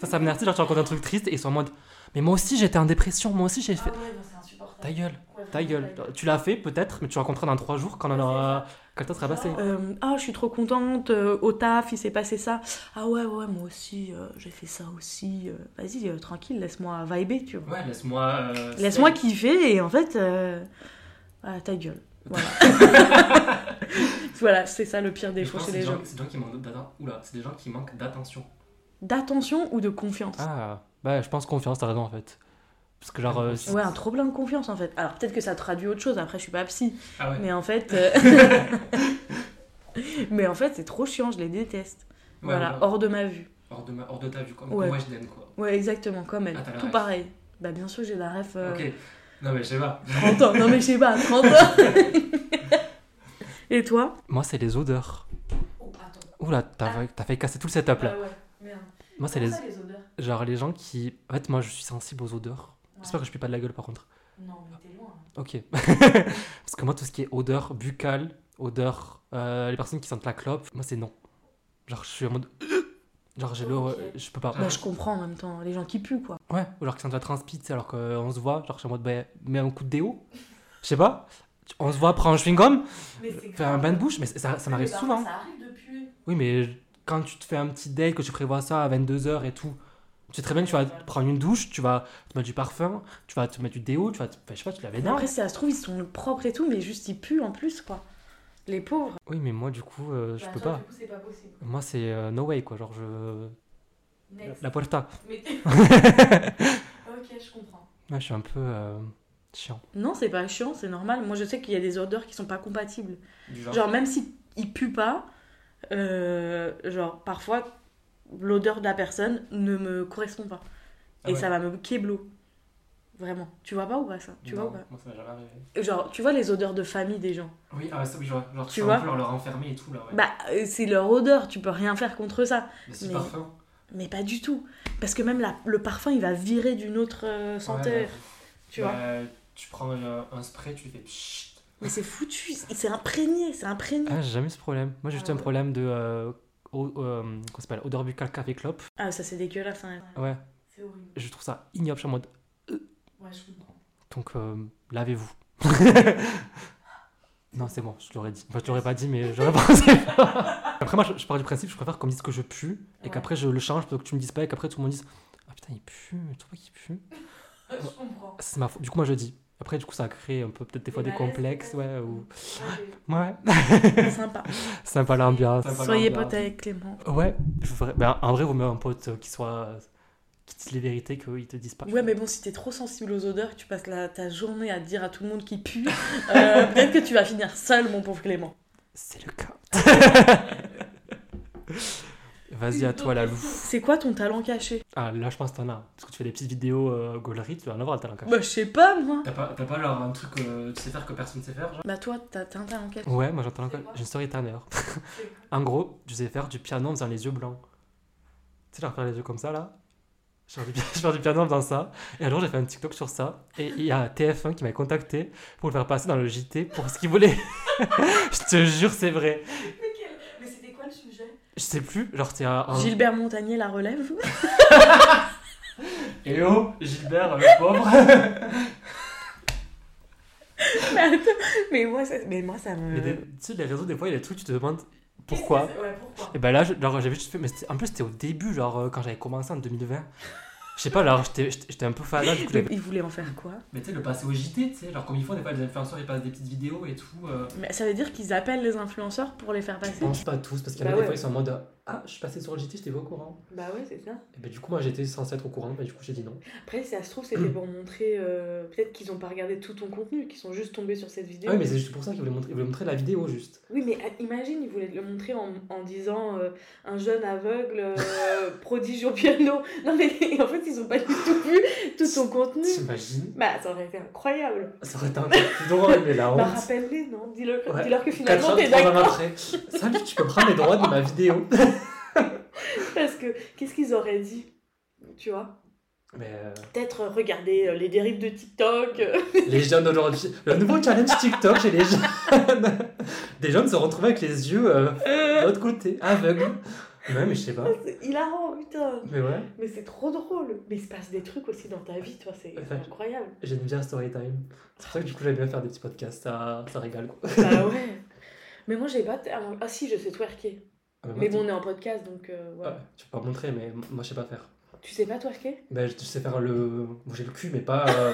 [SPEAKER 1] Ça, ça m'énerve, tu sais, genre, tu rencontres un truc triste et ils sont en mode. Mais moi aussi, j'étais en dépression, moi aussi, j'ai
[SPEAKER 9] Ah
[SPEAKER 1] fait.
[SPEAKER 9] ouais, non, c'est
[SPEAKER 1] Ta
[SPEAKER 9] insupportable.
[SPEAKER 1] gueule,
[SPEAKER 9] Ouais,
[SPEAKER 1] ta
[SPEAKER 9] vraiment,
[SPEAKER 1] gueule. Tu l'as fait peut-être, mais tu rencontreras dans trois jours quand on aura. Quand le temps sera passé.
[SPEAKER 2] Euh, ah, je suis trop contente, euh, au taf il s'est passé ça. Ah ouais, ouais, moi aussi euh, j'ai fait ça aussi. euh, Vas-y, euh, tranquille, laisse-moi vibrer, tu vois.
[SPEAKER 8] Ouais, laisse-moi. euh,
[SPEAKER 2] Laisse-moi
[SPEAKER 8] c'est-
[SPEAKER 2] kiffer et en fait, euh, ah, ta gueule. Voilà. voilà, c'est ça le pire
[SPEAKER 8] Je
[SPEAKER 2] défaut
[SPEAKER 8] pense
[SPEAKER 2] chez
[SPEAKER 8] que
[SPEAKER 2] les gens.
[SPEAKER 8] C'est des gens qui manquent d'attention. Oula, c'est des gens qui manquent d'attention.
[SPEAKER 2] D'attention ou de confiance
[SPEAKER 1] Ah, bah, je pense confiance, t'as raison en fait. Parce que, genre. euh,
[SPEAKER 2] Ouais, un trop plein de confiance en fait. Alors peut-être que ça traduit autre chose, après je suis pas psy.
[SPEAKER 8] Ah ouais.
[SPEAKER 2] Mais en fait. euh, mais en fait, c'est trop chiant, je les déteste.
[SPEAKER 8] Ouais,
[SPEAKER 2] voilà,
[SPEAKER 8] ouais.
[SPEAKER 2] hors de ma vue.
[SPEAKER 8] Hors de, ma... hors de ta vue, comme,
[SPEAKER 2] Ouais.
[SPEAKER 8] comme moi je l'aime quoi.
[SPEAKER 2] Ouais, exactement, comme elle.
[SPEAKER 8] Ah, t'as la
[SPEAKER 2] Tout
[SPEAKER 8] ref.
[SPEAKER 2] pareil. Bah bien sûr que j'ai la ref euh,
[SPEAKER 8] Ok. Non, mais je sais pas.
[SPEAKER 2] 30 ans. Non mais je sais pas, 30 ans. et toi
[SPEAKER 1] Moi, c'est les odeurs.
[SPEAKER 9] Oh, attends.
[SPEAKER 1] Oula, t'as
[SPEAKER 9] Ah.
[SPEAKER 1] t'as failli casser tout le setup
[SPEAKER 2] Euh,
[SPEAKER 1] là.
[SPEAKER 9] Ah ouais, merde.
[SPEAKER 1] Moi, c'est
[SPEAKER 9] Comment
[SPEAKER 1] les,
[SPEAKER 9] ça, les odeurs
[SPEAKER 1] genre les gens qui. En fait, moi, je suis sensible aux odeurs. J'espère que je pue pas de la gueule par contre.
[SPEAKER 9] Non, mais t'es loin. hein.
[SPEAKER 1] Ok. Parce que moi, tout ce qui est odeur buccale, odeur, euh, les personnes qui sentent la clope, moi, c'est non. Genre, je suis en mode. Genre, j'ai l'eau,
[SPEAKER 9] Ok.
[SPEAKER 1] euh, je peux pas.
[SPEAKER 2] Bah je comprends en même temps, les gens qui puent quoi.
[SPEAKER 1] Ouais, ou genre qui sentent la transpi, tu sais, alors qu'on se voit, genre, je suis en mode, bah, mets un coup de déo. Je sais pas. On se voit, prends un chewing-gum,
[SPEAKER 9] Mais c'est
[SPEAKER 1] fais un bain de bouche, mais c'est- ça, ça m'arrive
[SPEAKER 9] Mais par
[SPEAKER 1] souvent.
[SPEAKER 9] contre, bah, Ça arrive depuis.
[SPEAKER 1] Oui, mais quand tu te fais un petit date, que tu prévois ça à 22h et tout, tu sais très bien que tu vas te prendre une douche, tu vas te mettre du parfum, tu vas te mettre du déo, tu vas te... enfin, je sais pas, tu l'avais
[SPEAKER 2] Mais
[SPEAKER 1] dans.
[SPEAKER 2] après, si ça se trouve, ils sont propres et tout, mais juste ils puent en plus, quoi. Les pauvres.
[SPEAKER 1] Oui, mais moi, du coup, euh, je
[SPEAKER 9] Bah,
[SPEAKER 1] peux
[SPEAKER 9] toi,
[SPEAKER 1] pas.
[SPEAKER 9] Du coup, c'est pas possible.
[SPEAKER 1] Moi, c'est euh, no way, quoi. Genre, je.
[SPEAKER 9] Next.
[SPEAKER 1] La puerta.
[SPEAKER 9] Mais t'es- ok, je comprends.
[SPEAKER 1] Ouais, je suis un peu euh, chiant.
[SPEAKER 2] Non, c'est pas chiant, c'est normal. Moi, je sais qu'il y a des odeurs qui sont pas compatibles.
[SPEAKER 8] Du genre.
[SPEAKER 2] Genre, même si ils puent pas, euh, genre, parfois, l'odeur de la personne ne me correspond pas.
[SPEAKER 10] Ah
[SPEAKER 2] et
[SPEAKER 10] ouais.
[SPEAKER 2] ça va me kéblo. Vraiment. Tu vois pas ou pas ça Tu vois
[SPEAKER 10] Non,
[SPEAKER 2] ou pas
[SPEAKER 10] Moi, ça m'a jamais arrivé.
[SPEAKER 2] Genre, tu vois les odeurs de famille des gens
[SPEAKER 10] Oui, ah, ouais, ça, oui, je vois. Genre,
[SPEAKER 2] Tu
[SPEAKER 10] tu
[SPEAKER 2] vois
[SPEAKER 10] vois leur, leur enfermer et tout, là, ouais.
[SPEAKER 2] Bah, euh, c'est leur odeur, tu peux rien faire contre ça.
[SPEAKER 10] mais c'est
[SPEAKER 2] mais-
[SPEAKER 10] parfum.
[SPEAKER 2] Mais pas du tout. Parce que même la- le parfum, il va virer d'une autre euh, senteur.
[SPEAKER 10] Ouais.
[SPEAKER 2] tu
[SPEAKER 10] Bah, Tu prends un, un spray, tu fais pshht.
[SPEAKER 2] Mais c'est foutu, c'est c'est imprégné, c'est imprégné.
[SPEAKER 1] Ah, j'ai jamais eu ce problème. Moi, j'ai juste
[SPEAKER 11] Ah
[SPEAKER 1] un
[SPEAKER 11] ouais.
[SPEAKER 1] problème de. Euh, au- euh, qu'on s'appelle Odeur buccale café clope.
[SPEAKER 2] Ah, ça c'est dégueulasse. hein.
[SPEAKER 1] Ouais,
[SPEAKER 11] C'est horrible.
[SPEAKER 1] je trouve ça ignoble. Je suis en mode.
[SPEAKER 11] Ouais, je comprends.
[SPEAKER 1] Donc, euh, lavez-vous. non, c'est bon, je l'aurais dit. Enfin, je l'aurais pas dit, mais j'aurais pensé. après, moi, je, je pars du principe, je préfère qu'on me dise que je pue et
[SPEAKER 11] Ouais.
[SPEAKER 1] qu'après je le change plutôt que tu me dises pas et qu'après tout le monde dise Ah putain, il pue, tu vois qu'il pue
[SPEAKER 11] je comprends.
[SPEAKER 1] C'est ma faute. Du coup, moi, je dis. Après, du coup, ça crée un peu peut-être des fois
[SPEAKER 11] Des
[SPEAKER 1] des
[SPEAKER 11] malaises,
[SPEAKER 1] complexes, ouais.
[SPEAKER 11] peut-être.
[SPEAKER 1] Ou...
[SPEAKER 11] Ouais, j'ai-
[SPEAKER 1] Ouais,
[SPEAKER 2] Sympa.
[SPEAKER 1] sympa l'ambiance.
[SPEAKER 10] Sympa.
[SPEAKER 2] Soyez
[SPEAKER 10] l'ambiance.
[SPEAKER 2] potes avec Clément.
[SPEAKER 1] Ouais, je ferais- ben, en vrai, vaut mieux un pote euh, qui soit. euh, qui te dise les vérités qu'ils te disent pas.
[SPEAKER 2] Ouais, mais bon, si t'es trop sensible aux odeurs, que tu passes la- ta journée à dire à tout le monde qui pue, euh, peut-être que tu vas finir seul, mon pauvre Clément.
[SPEAKER 1] C'est le cas. Vas-y, à toi, la loup.
[SPEAKER 2] C'est quoi ton talent caché
[SPEAKER 1] Ah, là, je pense que t'en as. Parce que tu fais des petites vidéos euh, gaulerie, tu vas en avoir le talent caché.
[SPEAKER 2] Bah, je sais pas, moi.
[SPEAKER 10] T'as pas, t'as pas leur, un truc que tu sais faire que personne ne sait faire, genre
[SPEAKER 2] Bah, toi, t'as t'as un talent caché.
[SPEAKER 1] Ouais, moi j'entends
[SPEAKER 11] C'est
[SPEAKER 1] encore.
[SPEAKER 11] quoi
[SPEAKER 1] J'ai une story d'ailleurs.
[SPEAKER 11] C'est quoi
[SPEAKER 1] En gros, je sais faire du piano en faisant les yeux blancs. Tu sais, leur faire les yeux comme ça là. Je fais du, pi- je fais du piano en faisant ça. Et alors, j'ai fait un TikTok sur ça. Et il y a TF1 qui m'a contacté pour le faire passer dans le JT pour ce qu'il voulait. je te jure, c'est vrai.
[SPEAKER 11] Mais quel- Mais c'était quoi le sujet
[SPEAKER 1] Je sais plus, genre, c'est un. un-
[SPEAKER 2] Gilbert Montagnier la relève
[SPEAKER 10] Et oh, Gilbert, le pauvre
[SPEAKER 2] Mais attends, mais moi, ça, mais moi, ça me.
[SPEAKER 1] Mais des- tu sais, les réseaux, des fois, il y a des trucs, tu te demandes pourquoi.
[SPEAKER 11] Qu'est-ce que c'est- Ouais, pourquoi
[SPEAKER 1] Et ben là, je- genre, j'avais juste fait. Mais c'était- en plus, c'était au début, genre, euh, quand j'avais commencé en 2020. Je sais pas, alors, j'étais- j'étais j'étais un peu fan du coup, j'avais-
[SPEAKER 2] Il voulait en faire quoi
[SPEAKER 10] Mais tu sais, le passer au JT, tu sais, genre comme ils font, des fois les influenceurs ils passent des petites vidéos et tout. euh.
[SPEAKER 2] Mais ça veut dire qu'ils appellent les influenceurs pour les faire
[SPEAKER 1] Je
[SPEAKER 2] passer
[SPEAKER 1] pense pas tous, parce qu'il y en a
[SPEAKER 2] Bah
[SPEAKER 1] des
[SPEAKER 2] ouais.
[SPEAKER 1] fois, ils sont en mode Ah, je suis passé sur le JT, j'étais pas au courant.
[SPEAKER 2] Bah ouais, c'est ça.
[SPEAKER 1] Et ben du coup, moi, j'étais censé être au courant, mais du coup, j'ai dit non.
[SPEAKER 2] Après, si ça se trouve, c'était pour montrer. euh, Peut-être qu'ils n'ont pas regardé tout ton contenu, qu'ils sont juste tombés sur cette vidéo.
[SPEAKER 1] Ah oui, mais c'est juste pour ça qu'ils voulaient montrer, ils voulaient montrer la vidéo, juste.
[SPEAKER 2] Oui, mais euh, imagine, ils voulaient le montrer en, en disant euh, un jeune aveugle euh, prodige au piano. Non, mais en fait, ils n'ont pas du tout vu tout son contenu.
[SPEAKER 1] T'imagines
[SPEAKER 2] Bah, ça aurait été incroyable.
[SPEAKER 1] Ça aurait été un peu plus drôle, mais la
[SPEAKER 2] Bah,
[SPEAKER 1] honte.
[SPEAKER 2] rappelle-les, non Dis-leur
[SPEAKER 1] Ouais.
[SPEAKER 2] dis-leur que
[SPEAKER 1] 4
[SPEAKER 2] finalement,
[SPEAKER 1] ans,
[SPEAKER 2] t'es
[SPEAKER 1] 3 ans
[SPEAKER 2] d'accord.
[SPEAKER 1] après. Salut, tu peux prendre les droits de ma vidéo.
[SPEAKER 2] Parce que qu'est-ce qu'ils auraient dit Tu vois
[SPEAKER 1] Mais euh,
[SPEAKER 2] Peut-être regarder euh, les dérives de TikTok. euh.
[SPEAKER 1] les jeunes d'aujourd'hui, le nouveau challenge TikTok chez les jeunes. Des jeunes se retrouvent avec les yeux euh, de l'autre côté, aveugles. Ouais, mais je sais pas.
[SPEAKER 2] C'est hilarant, putain.
[SPEAKER 1] Mais ouais,
[SPEAKER 2] Mais c'est trop drôle. Mais il se passe des trucs aussi dans ta vie, toi, c'est c'est incroyable.
[SPEAKER 1] j'aime bien Storytime. C'est pour ça que du coup, j'aime bien faire des petits podcasts. Ça, ça régale quoi.
[SPEAKER 2] Bah ouais. Mais moi, j'ai pas. t- Ah ah si, je sais twerker.
[SPEAKER 1] Ah, mais moi,
[SPEAKER 2] Mais bon, on est en podcast, donc euh,
[SPEAKER 1] Ouais,
[SPEAKER 2] voilà.
[SPEAKER 1] tu peux pas montrer, mais m- moi je sais pas faire.
[SPEAKER 2] Tu sais pas twerker
[SPEAKER 1] Ben, je je sais faire le. Bon, j'ai le cul, mais pas, euh,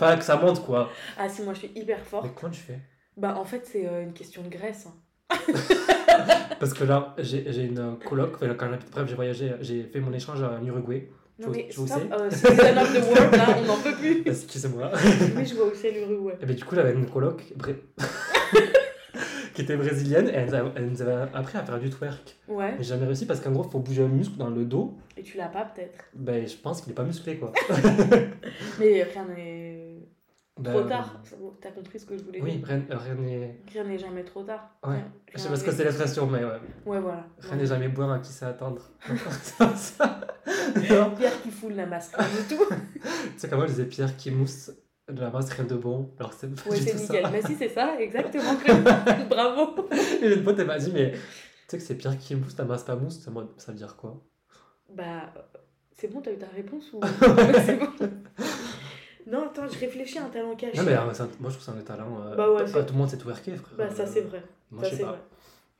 [SPEAKER 1] pas que ça monte quoi.
[SPEAKER 2] Ah si, moi, je suis hyper forte.
[SPEAKER 1] Mais comment tu fais
[SPEAKER 2] Bah en fait, c'est euh, une question de graisse. hein.
[SPEAKER 1] Parce que là, j'ai j'ai une coloc, enfin, quand j'habite- bref, j'ai voyagé, j'ai fait mon échange en Uruguay.
[SPEAKER 2] Non
[SPEAKER 1] Tu-
[SPEAKER 2] mais
[SPEAKER 1] tu vois où
[SPEAKER 2] stop,
[SPEAKER 1] c'est
[SPEAKER 2] euh, Citizen of the World, là, on n'en peut plus.
[SPEAKER 1] Excusez-moi.
[SPEAKER 2] oui, je vois où c'est l'Uruguay.
[SPEAKER 1] Et ben, du coup, j'avais une coloc bré- qui était brésilienne et elle nous, a- elle nous avait appris à faire du twerk.
[SPEAKER 2] Ouais,
[SPEAKER 1] Mais j'ai jamais réussi parce qu'en gros, faut bouger un muscle dans le dos.
[SPEAKER 2] et tu l'as pas peut-être.
[SPEAKER 1] Ben, je pense qu'il est pas musclé quoi.
[SPEAKER 2] Mais rien n'est
[SPEAKER 1] Ben,
[SPEAKER 2] trop tard. T'as compris ce que je voulais
[SPEAKER 1] Oui,
[SPEAKER 2] dire
[SPEAKER 1] rien euh, rien n'est.
[SPEAKER 2] Rien n'est jamais trop tard.
[SPEAKER 1] Ouais.
[SPEAKER 2] Rien-
[SPEAKER 1] Je sais
[SPEAKER 2] rien
[SPEAKER 1] pas ce que
[SPEAKER 2] n'est-
[SPEAKER 1] c'est l'expression, mais ouais.
[SPEAKER 2] Ouais, voilà.
[SPEAKER 1] Rien n'est jamais bon à qui ça attendre. Non.
[SPEAKER 2] Pierre qui fout la masque, rien du tout.
[SPEAKER 1] C'est comme moi, je disais Pierre qui mousse de la masse, rien de bon. Alors, c'est pas
[SPEAKER 2] Ouais,
[SPEAKER 1] du
[SPEAKER 2] c'est
[SPEAKER 1] tout
[SPEAKER 2] nickel.
[SPEAKER 1] ça.
[SPEAKER 2] Mais si, c'est ça, exactement. Clément. Bravo.
[SPEAKER 1] Et une pote, elle m'a dit, mais tu sais que c'est Pierre qui mousse, la masse pas mousse. C'est en mode, ça veut dire quoi
[SPEAKER 2] Bah, euh, c'est bon, t'as eu ta réponse ou c'est bon Non, attends, je réfléchis à un talent caché.
[SPEAKER 1] Non, mais euh, c'est un- moi, je trouve ça un talent. euh,
[SPEAKER 2] Bah ouais,
[SPEAKER 1] pas-
[SPEAKER 2] c'est-
[SPEAKER 1] pas tout le monde sait twerker, frère.
[SPEAKER 2] Bah, ça,
[SPEAKER 1] Euh,
[SPEAKER 2] c'est vrai.
[SPEAKER 1] Moi,
[SPEAKER 2] Ça,
[SPEAKER 1] je sais
[SPEAKER 2] c'est
[SPEAKER 1] pas.
[SPEAKER 2] vrai.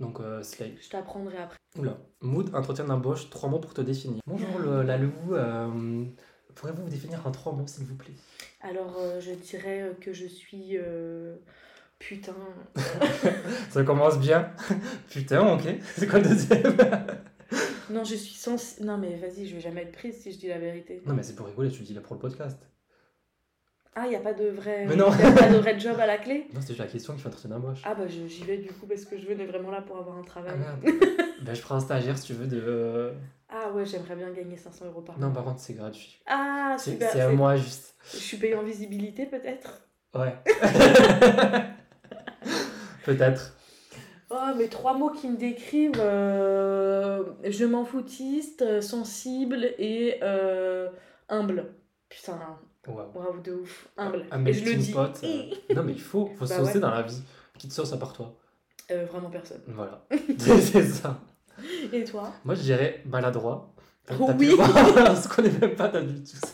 [SPEAKER 1] Donc, euh, Sly.
[SPEAKER 2] Je t'apprendrai après.
[SPEAKER 1] Oula. Mood, entretien d'embauche, trois mots pour te définir. Bonjour, le, la Lou. euh, Pourriez-vous vous définir en trois mots, s'il vous plaît
[SPEAKER 2] Alors, euh, je dirais euh, que je suis. euh, Putain.
[SPEAKER 1] Ça commence bien. Putain, ok. C'est quoi le deuxième
[SPEAKER 2] Non, je suis sans. Non, mais vas-y, je vais jamais être prise si je dis la vérité.
[SPEAKER 1] Non, mais c'est pour rigoler, tu le dis là pour le podcast.
[SPEAKER 2] Ah, y a pas de vrai.
[SPEAKER 1] Mais non.
[SPEAKER 2] Y a pas de vrai job à la clé
[SPEAKER 1] Non, c'est juste la question qui fait entretien d'embauche.
[SPEAKER 2] Ah, bah, je- j'y vais du coup parce que je venais vraiment là pour avoir un travail.
[SPEAKER 1] Ah merde. ben, je prends un stagiaire si tu veux de.
[SPEAKER 2] Ah ouais, j'aimerais bien gagner 500 euros par mois.
[SPEAKER 1] Non, par contre, c'est gratuit.
[SPEAKER 2] Ah,
[SPEAKER 1] C'est
[SPEAKER 2] super.
[SPEAKER 1] c'est à
[SPEAKER 2] c'est-
[SPEAKER 1] moi juste.
[SPEAKER 2] Je suis payée en visibilité peut-être
[SPEAKER 1] Ouais. Peut-être.
[SPEAKER 2] Oh, mais trois mots qui me décrivent euh, je m'en foutiste, euh, sensible et euh, humble. Putain,
[SPEAKER 1] Waouh.
[SPEAKER 2] bravo de ouf, humble.
[SPEAKER 1] Un
[SPEAKER 2] et
[SPEAKER 1] mec
[SPEAKER 2] je le
[SPEAKER 1] team
[SPEAKER 2] dis.
[SPEAKER 1] pot, euh, Non, mais il faut. Faut
[SPEAKER 2] Bah
[SPEAKER 1] se lancer
[SPEAKER 2] ouais.
[SPEAKER 1] dans la vie. Qui te sauce à part toi.
[SPEAKER 2] Euh, vraiment personne.
[SPEAKER 1] Voilà. c'est ça.
[SPEAKER 2] Et toi
[SPEAKER 1] Moi, je dirais maladroit. Euh,
[SPEAKER 2] Oh
[SPEAKER 1] t'as
[SPEAKER 2] oui.
[SPEAKER 1] pu le voir, On se connaît même pas, t'as vu tout ça.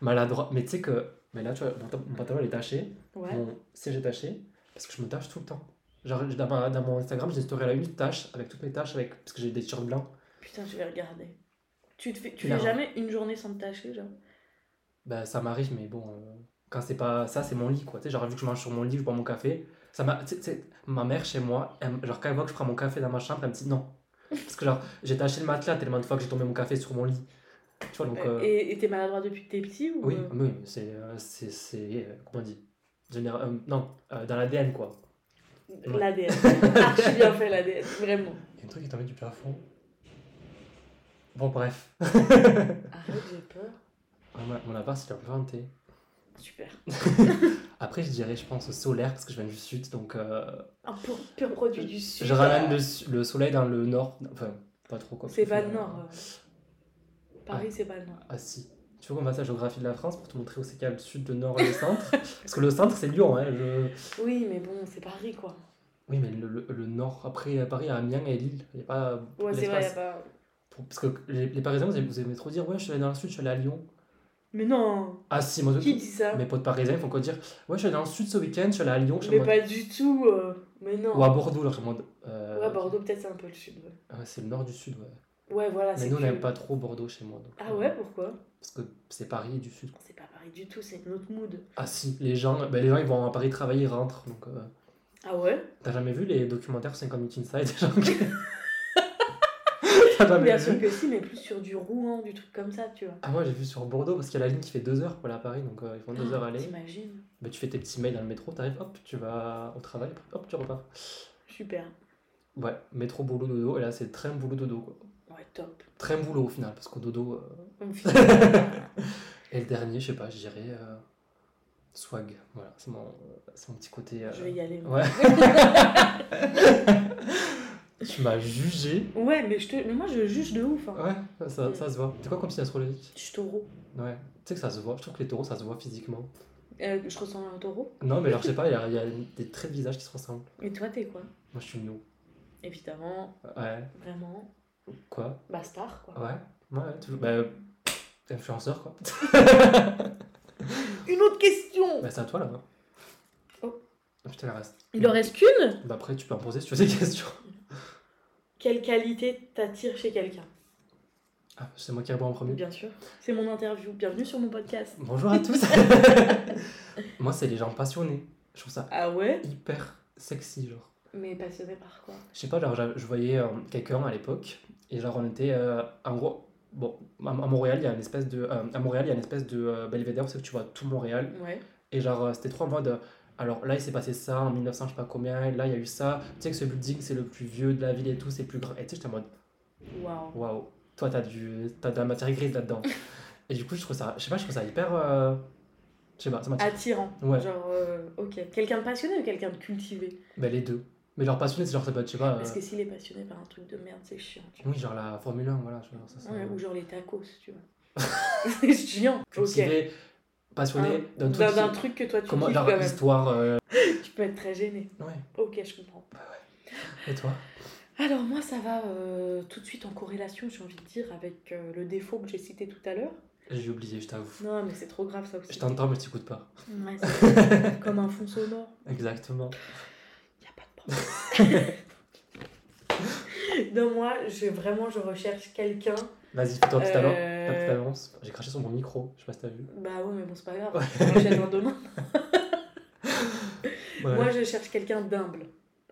[SPEAKER 1] Maladroit. Mais tu sais que. Mais là, tu vois, mon, ta- mon pantalon, il est taché.
[SPEAKER 2] Ouais.
[SPEAKER 1] Mon siège est taché. Parce que je me tâche tout le temps. Genre, dans, ma- dans mon Instagram, j'ai une story à la une tâche, avec toutes mes tâches, avec... parce que j'ai des t-shirts blancs.
[SPEAKER 2] Putain, je vais regarder. Tu, te fais, tu
[SPEAKER 1] Non.
[SPEAKER 2] fais jamais une journée sans te tâcher, genre
[SPEAKER 1] Bah, ça m'arrive, mais bon, euh, quand c'est pas ça, c'est mon lit, quoi. Tu sais, genre, vu que je mange sur mon lit, je bois mon café. Ça m'a. tu sais- tu sais, ma mère chez moi, elle me- genre, quand elle voit que je prends mon café dans ma chambre, elle me dit non. Parce que, genre, j'ai taché le matelas tellement de fois que j'ai tombé mon café sur mon lit. Tu vois, donc. euh,
[SPEAKER 2] Et et t'es maladroit depuis que t'es petit ou
[SPEAKER 1] Oui,
[SPEAKER 2] euh,
[SPEAKER 1] mais oui, mais c'est. euh, c'est- c'est, euh, comment on dit Général, euh, Non, euh, dans l'ADN, quoi. Ouais.
[SPEAKER 2] L'ADN. Archi bien fait l'ADN, vraiment.
[SPEAKER 1] Il y a un truc qui t'en met du plafond. Bon, bref.
[SPEAKER 2] Arrête, j'ai peur.
[SPEAKER 1] Ah, ma- Mon appart, c'est un peu inventé.
[SPEAKER 2] Super.
[SPEAKER 1] Après, je dirais, je pense, au solaire, parce que je viens du sud, donc. euh,
[SPEAKER 2] Un pur, pur produit du sud.
[SPEAKER 1] Je ramène le, su- le soleil dans le nord. Enfin, pas trop quoi.
[SPEAKER 2] C'est
[SPEAKER 1] parce
[SPEAKER 2] pas
[SPEAKER 1] que,
[SPEAKER 2] le
[SPEAKER 1] euh,
[SPEAKER 2] nord. euh. Paris, c'est pas le nord.
[SPEAKER 1] Ah si. Tu veux qu'on fasse la géographie de la France pour te montrer où c'est qu'il y a le sud, le nord, le centre Parce que le centre, c'est Lyon. Hein, je-
[SPEAKER 2] Oui, mais bon, c'est Paris, quoi.
[SPEAKER 1] Oui, mais le, le- le nord, après euh, Paris, il y a Amiens et Lille. Il n'y a pas euh,
[SPEAKER 2] Ouais, c'est vrai, y a
[SPEAKER 1] l'espace.
[SPEAKER 2] pas...
[SPEAKER 1] Pour- Parce que les, les Parisiens, vous aimez, vous aimez trop dire Ouais, je suis allé dans le sud, je suis allé à Lyon.
[SPEAKER 2] Mais non
[SPEAKER 1] Ah si, moi,
[SPEAKER 2] Qui dit ça
[SPEAKER 1] mes potes parisiens, ils font quoi dire Ouais, je suis allé dans le sud ce week-end, je suis allé à Lyon. Je suis
[SPEAKER 2] Mais
[SPEAKER 1] en mode-
[SPEAKER 2] pas du tout. euh, Mais non.
[SPEAKER 1] Ou à Bordeaux, alors je suis en mode, euh,
[SPEAKER 2] Ouais, Bordeaux, peut-être c'est un peu le sud. Ouais,
[SPEAKER 1] ah, c'est le nord du sud, ouais.
[SPEAKER 2] ouais voilà.
[SPEAKER 1] Mais
[SPEAKER 2] c'est
[SPEAKER 1] nous, on
[SPEAKER 2] que-
[SPEAKER 1] n'aime pas trop Bordeaux chez moi. donc,
[SPEAKER 2] Ah
[SPEAKER 1] euh,
[SPEAKER 2] ouais, pourquoi
[SPEAKER 1] Parce que c'est Paris et du sud.
[SPEAKER 2] C'est pas Paris du tout, c'est une autre mood.
[SPEAKER 1] Ah si, les gens, ben, les gens ils vont à Paris travailler, ils rentrent. Donc, euh,
[SPEAKER 2] Ah ouais
[SPEAKER 1] t'as jamais vu les documentaires sur 50 Minutes Inside des gens qui- T'as jamais
[SPEAKER 2] Bien
[SPEAKER 1] vu
[SPEAKER 2] sûr que si, mais plus sur du Rouen, du truc comme ça, tu vois.
[SPEAKER 1] Ah moi j'ai vu sur Bordeaux parce qu'il y a la ligne qui fait 2 heures pour aller à Paris, donc euh, ils font 2 heures
[SPEAKER 2] Ah,
[SPEAKER 1] aller.
[SPEAKER 2] T'imagines
[SPEAKER 1] Ben, tu fais tes petits mails dans le métro, t'arrives, hop, tu vas au travail, après, hop, tu repars.
[SPEAKER 2] Super.
[SPEAKER 1] Ouais, métro, boulot, dodo, et là c'est train, boulot, dodo. Quoi.
[SPEAKER 2] Ouais, top.
[SPEAKER 1] Train, boulot au final, parce qu'au dodo... euh,
[SPEAKER 2] On finit.
[SPEAKER 1] Et le dernier, je sais pas, je dirais... euh, Swag, voilà, c'est mon, c'est mon petit côté... euh,
[SPEAKER 2] Je vais y aller. moi.
[SPEAKER 1] Ouais. tu m'as jugé.
[SPEAKER 2] Ouais, mais, je te... mais moi je juge de ouf. Hein.
[SPEAKER 1] Ouais, ça, ça se voit. C'est quoi comme signe astrologique
[SPEAKER 2] Je suis taureau.
[SPEAKER 1] Ouais, tu sais que ça se voit, je trouve que les taureaux ça se voit physiquement.
[SPEAKER 2] Euh, je ressemble à un taureau.
[SPEAKER 1] Non, mais alors je sais pas, il y a, il y a des traits de visage qui se ressemblent.
[SPEAKER 2] Et toi, t'es quoi
[SPEAKER 1] Moi je suis mignon.
[SPEAKER 2] Évidemment,
[SPEAKER 1] Ouais,
[SPEAKER 2] vraiment,
[SPEAKER 1] quoi
[SPEAKER 2] bah star quoi.
[SPEAKER 1] Ouais, ouais, toujours. Bah, influenceur quoi.
[SPEAKER 2] Une autre question
[SPEAKER 1] Bah, c'est à toi là-bas.
[SPEAKER 2] Oh.
[SPEAKER 1] Ah, Putain, la reste.
[SPEAKER 2] Il en reste qu'une
[SPEAKER 1] Bah, après, tu peux en poser si tu veux des questions.
[SPEAKER 2] Quelle qualité t'attire chez quelqu'un
[SPEAKER 1] Ah, c'est moi qui réponds en premier.
[SPEAKER 2] Bien sûr. C'est mon interview. Bienvenue sur mon podcast.
[SPEAKER 1] Bonjour à tous. moi, c'est les gens passionnés. Je trouve ça
[SPEAKER 2] Ah ouais
[SPEAKER 1] hyper sexy, genre.
[SPEAKER 2] Mais passionné par quoi
[SPEAKER 1] Je sais pas, genre, j'a- je voyais euh, quelqu'un à l'époque, et genre, on était, euh, en gros, bon, à à Montréal, il y a une espèce de, euh, à Montréal, il y a une espèce de euh, belvédère, c'est que tu vois tout Montréal,
[SPEAKER 2] Ouais.
[SPEAKER 1] et genre, euh, c'était trop en mode, euh, alors là, il s'est passé ça en 1900, je sais pas combien, et là, il y a eu ça, tu sais que ce building, c'est le plus vieux de la ville et tout, c'est plus grand, et tu sais, j'étais en mode,
[SPEAKER 2] Waouh.
[SPEAKER 1] waouh, toi, t'as du, t'as de la matière grise là-dedans. et du coup, je trouve ça, je sais pas, je trouve ça hyper, euh, je sais pas, ça m'attire.
[SPEAKER 2] Attirant.
[SPEAKER 1] Ouais,
[SPEAKER 2] Genre, euh, ok. Quelqu'un de passionné ou quelqu'un de cultivé
[SPEAKER 1] ben les deux. Mais leur passionné, c'est genre, ça peut être, je sais pas,
[SPEAKER 2] Parce
[SPEAKER 1] euh,
[SPEAKER 2] que s'il est passionné par un truc de merde, c'est chiant. Tu vois.
[SPEAKER 1] oui, genre la Formule 1, voilà, genre, ça, ça-
[SPEAKER 2] Ouais, ou genre les tacos, tu vois. c'est chiant. Ok. Hein,
[SPEAKER 1] cultivé, passionné d'un
[SPEAKER 2] D'un
[SPEAKER 1] truc.
[SPEAKER 2] d'un
[SPEAKER 1] qui-
[SPEAKER 2] truc que toi tu
[SPEAKER 1] comment
[SPEAKER 2] kiffes
[SPEAKER 1] genre
[SPEAKER 2] quand même.
[SPEAKER 1] l'histoire. euh,
[SPEAKER 2] Tu peux être très gêné.
[SPEAKER 1] Ouais.
[SPEAKER 2] Ok, je comprends.
[SPEAKER 1] Et toi
[SPEAKER 2] Alors moi, ça va euh, tout de suite en corrélation, j'ai envie de dire, avec euh, le défaut que j'ai cité tout à l'heure.
[SPEAKER 1] J'ai oublié, je t'avoue.
[SPEAKER 2] Non, mais c'est trop grave ça
[SPEAKER 1] Je
[SPEAKER 2] aussi.
[SPEAKER 1] t'entends mais je t'écoute pas.
[SPEAKER 2] Ouais, c'est comme un fond sonore.
[SPEAKER 1] Exactement.
[SPEAKER 2] Y a pas de problème. non, moi, je, vraiment, je recherche quelqu'un.
[SPEAKER 1] Vas-y, fais-toi tout à l'heure.
[SPEAKER 2] euh,
[SPEAKER 1] Ta petite avance. J'ai craché sur mon micro, je sais pas si t'as vu.
[SPEAKER 2] Bah ouais, mais bon, c'est pas grave.
[SPEAKER 1] Ouais.
[SPEAKER 2] On enchaînera demain.
[SPEAKER 1] Ouais.
[SPEAKER 2] Moi, je cherche quelqu'un d'humble.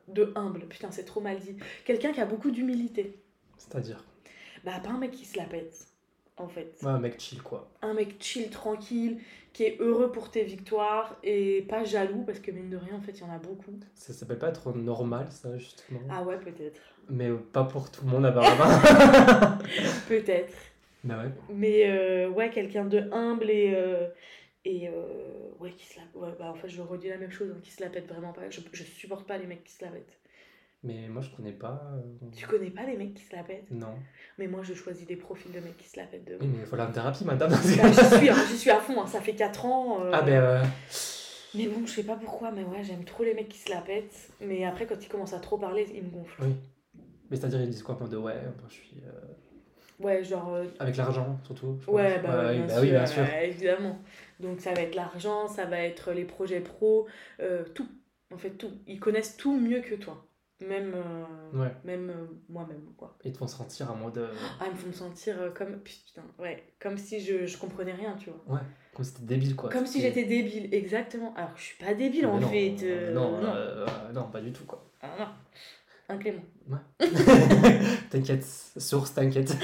[SPEAKER 2] De humble. Putain, c'est trop mal dit. Quelqu'un qui a beaucoup d'humilité.
[SPEAKER 1] C'est-à-dire.
[SPEAKER 2] Bah, pas un mec qui se la pète, en fait.
[SPEAKER 1] Ouais, un mec chill quoi.
[SPEAKER 2] Un mec chill, tranquille, qui est heureux pour tes victoires et pas jaloux, parce que mine de rien, en fait, il y en a beaucoup.
[SPEAKER 1] Ça s'appelle pas trop normal ça, justement.
[SPEAKER 2] Ah ouais, peut-être.
[SPEAKER 1] mais euh, pas pour tout le monde à Barabin.
[SPEAKER 2] Peut-être.
[SPEAKER 1] mais ouais.
[SPEAKER 2] Mais euh, ouais, quelqu'un de humble et. euh, et euh, ouais, qui se la. Ouais, bah en fait, je redis la même chose, hein, qui se la pète vraiment pas. Je, je supporte pas les mecs qui se la pètent.
[SPEAKER 1] Mais moi, je connais pas. euh,
[SPEAKER 2] Tu connais pas les mecs qui se la pètent
[SPEAKER 1] Non.
[SPEAKER 2] Mais moi, je choisis des profils de mecs qui se la pètent de
[SPEAKER 1] Oui, mais il faut aller en thérapie, madame.
[SPEAKER 2] Bah, j'y suis, hein, j'y suis à fond, hein, ça fait 4 ans. euh,
[SPEAKER 1] ah, ben. euh,
[SPEAKER 2] Mais bon, je sais pas pourquoi, mais ouais, j'aime trop les mecs qui se la pètent. Mais après, quand ils commencent à trop parler, ils me gonflent.
[SPEAKER 1] Oui. Mais c'est-à-dire, ils disent quoi en mode, ouais, ben, je suis. euh,
[SPEAKER 2] Ouais, genre. euh,
[SPEAKER 1] avec l'argent, surtout. je
[SPEAKER 2] Ouais,
[SPEAKER 1] pense.
[SPEAKER 2] bah,
[SPEAKER 1] oui,
[SPEAKER 2] oui,
[SPEAKER 1] bah oui, bien sûr.
[SPEAKER 2] ouais, évidemment. Donc ça va être l'argent, ça va être les projets pro, euh, tout. En fait, tout. Ils connaissent tout mieux que toi. Même, euh,
[SPEAKER 1] Ouais.
[SPEAKER 2] même euh, moi-même, quoi.
[SPEAKER 1] Et ils te font sentir en mode. euh,
[SPEAKER 2] Ah, ils me font me sentir euh, comme. Putain, ouais. Comme si je, je comprenais rien, tu vois.
[SPEAKER 1] ouais, comme si t'étais débile, quoi.
[SPEAKER 2] Comme si
[SPEAKER 1] T'étais-
[SPEAKER 2] j'étais débile, exactement. Alors que je suis pas débile,
[SPEAKER 1] Mais
[SPEAKER 2] en
[SPEAKER 1] non,
[SPEAKER 2] fait.
[SPEAKER 1] euh,
[SPEAKER 2] euh,
[SPEAKER 1] Non,
[SPEAKER 2] non.
[SPEAKER 1] euh, euh, non, pas du tout, quoi.
[SPEAKER 2] Ah, non. Inclément.
[SPEAKER 1] t'inquiète, source, t'inquiète.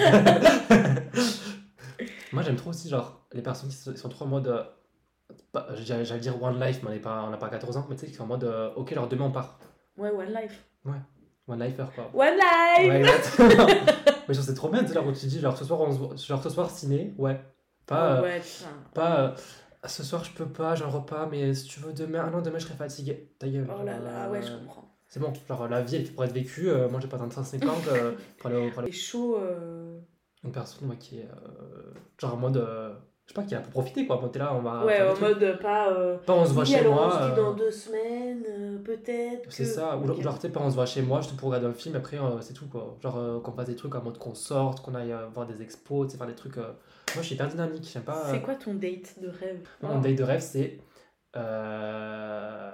[SPEAKER 1] Moi, j'aime trop aussi, genre, les personnes qui sont, qui sont trop en mode. euh, pas- J'allais j'allais dire one life, mais on n'est pas- on n'a pas, 14 ans, mais tu sais, qui sont en mode, euh, ok, alors demain on part.
[SPEAKER 2] Ouais, one life.
[SPEAKER 1] One lifer, quoi.
[SPEAKER 2] One life
[SPEAKER 1] Ouais, exactement. mais genre, c'est trop bien, tu sais, genre, où tu dis, genre, ce soir, on se voit- genre, ce soir ciné, ouais. Pas, euh,
[SPEAKER 2] Oh, Ouais, putain.
[SPEAKER 1] pas euh, Ah, ce soir je peux pas, j'ai un repas, mais si tu veux demain, ah non, demain je serai fatigué. Ta gueule.
[SPEAKER 2] Oh là là,
[SPEAKER 1] euh,
[SPEAKER 2] ouais, je comprends.
[SPEAKER 1] C'est bon, genre la vie elle pourrait être vécue, euh, moi j'ai pas besoin de 150 euh, pour aller, pour aller-
[SPEAKER 2] Les shows. euh,
[SPEAKER 1] Une personne moi, qui est euh, genre en mode, euh, je sais pas, qui est là pour profiter quoi, Bon, t'es là, on va.
[SPEAKER 2] Ouais,
[SPEAKER 1] faire des
[SPEAKER 2] en
[SPEAKER 1] trucs.
[SPEAKER 2] mode euh, pas. euh,
[SPEAKER 1] Pas on se voit
[SPEAKER 2] Oui,
[SPEAKER 1] chez
[SPEAKER 2] alors,
[SPEAKER 1] moi.
[SPEAKER 2] on se dit
[SPEAKER 1] euh,
[SPEAKER 2] dans deux semaines, euh, peut-être.
[SPEAKER 1] C'est
[SPEAKER 2] que-
[SPEAKER 1] ça, ou genre,
[SPEAKER 2] Ok.
[SPEAKER 1] genre, tu sais, pas on se voit chez moi, je te pour regarder un film, après euh, c'est tout quoi. Genre euh, qu'on fasse des trucs en mode qu'on sorte, qu'on aille euh, voir des expos, tu sais, faire des trucs. euh, Moi je suis hyper dynamique, j'aime pas. euh,
[SPEAKER 2] C'est quoi ton date de rêve
[SPEAKER 1] Moi, Mon date de rêve, c'est euh,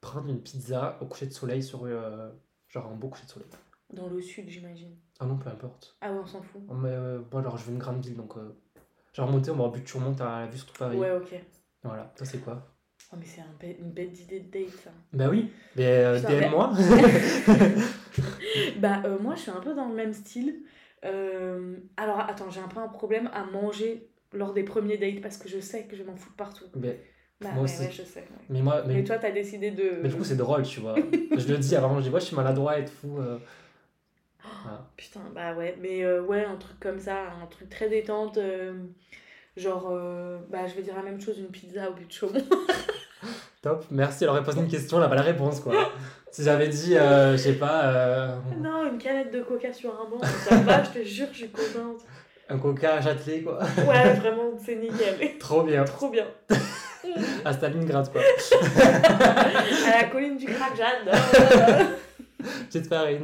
[SPEAKER 1] prendre une pizza au coucher de soleil sur euh, genre un beau coucher de soleil.
[SPEAKER 2] Dans le sud, j'imagine.
[SPEAKER 1] Ah non, peu importe.
[SPEAKER 2] Ah ouais, on s'en fout.
[SPEAKER 1] Oh, mais, euh, moi, genre, je veux une grande ville, donc euh, genre monter, on va au but, tu remontes à la vue sur tout Paris.
[SPEAKER 2] Ouais, ok.
[SPEAKER 1] Voilà, toi c'est quoi
[SPEAKER 2] Oh, mais c'est un bête- une bête idée de date, ça.
[SPEAKER 1] Bah oui, mais euh,
[SPEAKER 2] Putain,
[SPEAKER 1] DM-moi.
[SPEAKER 2] bah, euh, moi, je suis un peu dans le même style. Euh, Alors, attends, j'ai un peu un problème à manger lors des premiers dates parce que je sais que je m'en fous de partout.
[SPEAKER 1] mais,
[SPEAKER 2] Bah,
[SPEAKER 1] Moi
[SPEAKER 2] ouais,
[SPEAKER 1] aussi.
[SPEAKER 2] ouais, je sais. ouais.
[SPEAKER 1] mais moi, mais,
[SPEAKER 2] Mais toi, t'as décidé de.
[SPEAKER 1] mais du coup, c'est drôle, tu vois. je le dis avant, je dis, moi, je suis maladroit et tout. euh,
[SPEAKER 2] Putain, bah ouais, mais euh, ouais, un truc comme ça, un truc très détente, euh, genre, euh, bah je vais dire la même chose, une pizza au but de Chaumont.
[SPEAKER 1] top, merci, elle aurait posé une question, elle n'a pas la réponse, quoi. si j'avais dit, euh, je sais pas, euh,
[SPEAKER 2] non, une canette de coca sur un banc, ça va, je te jure, je suis contente.
[SPEAKER 1] un coca à Châtelet, quoi.
[SPEAKER 2] Ouais, vraiment, c'est nickel,
[SPEAKER 1] Trop bien.
[SPEAKER 2] trop bien.
[SPEAKER 1] À Stalingrad, quoi.
[SPEAKER 2] À la colline du crack, j'adore.
[SPEAKER 1] Petite farine.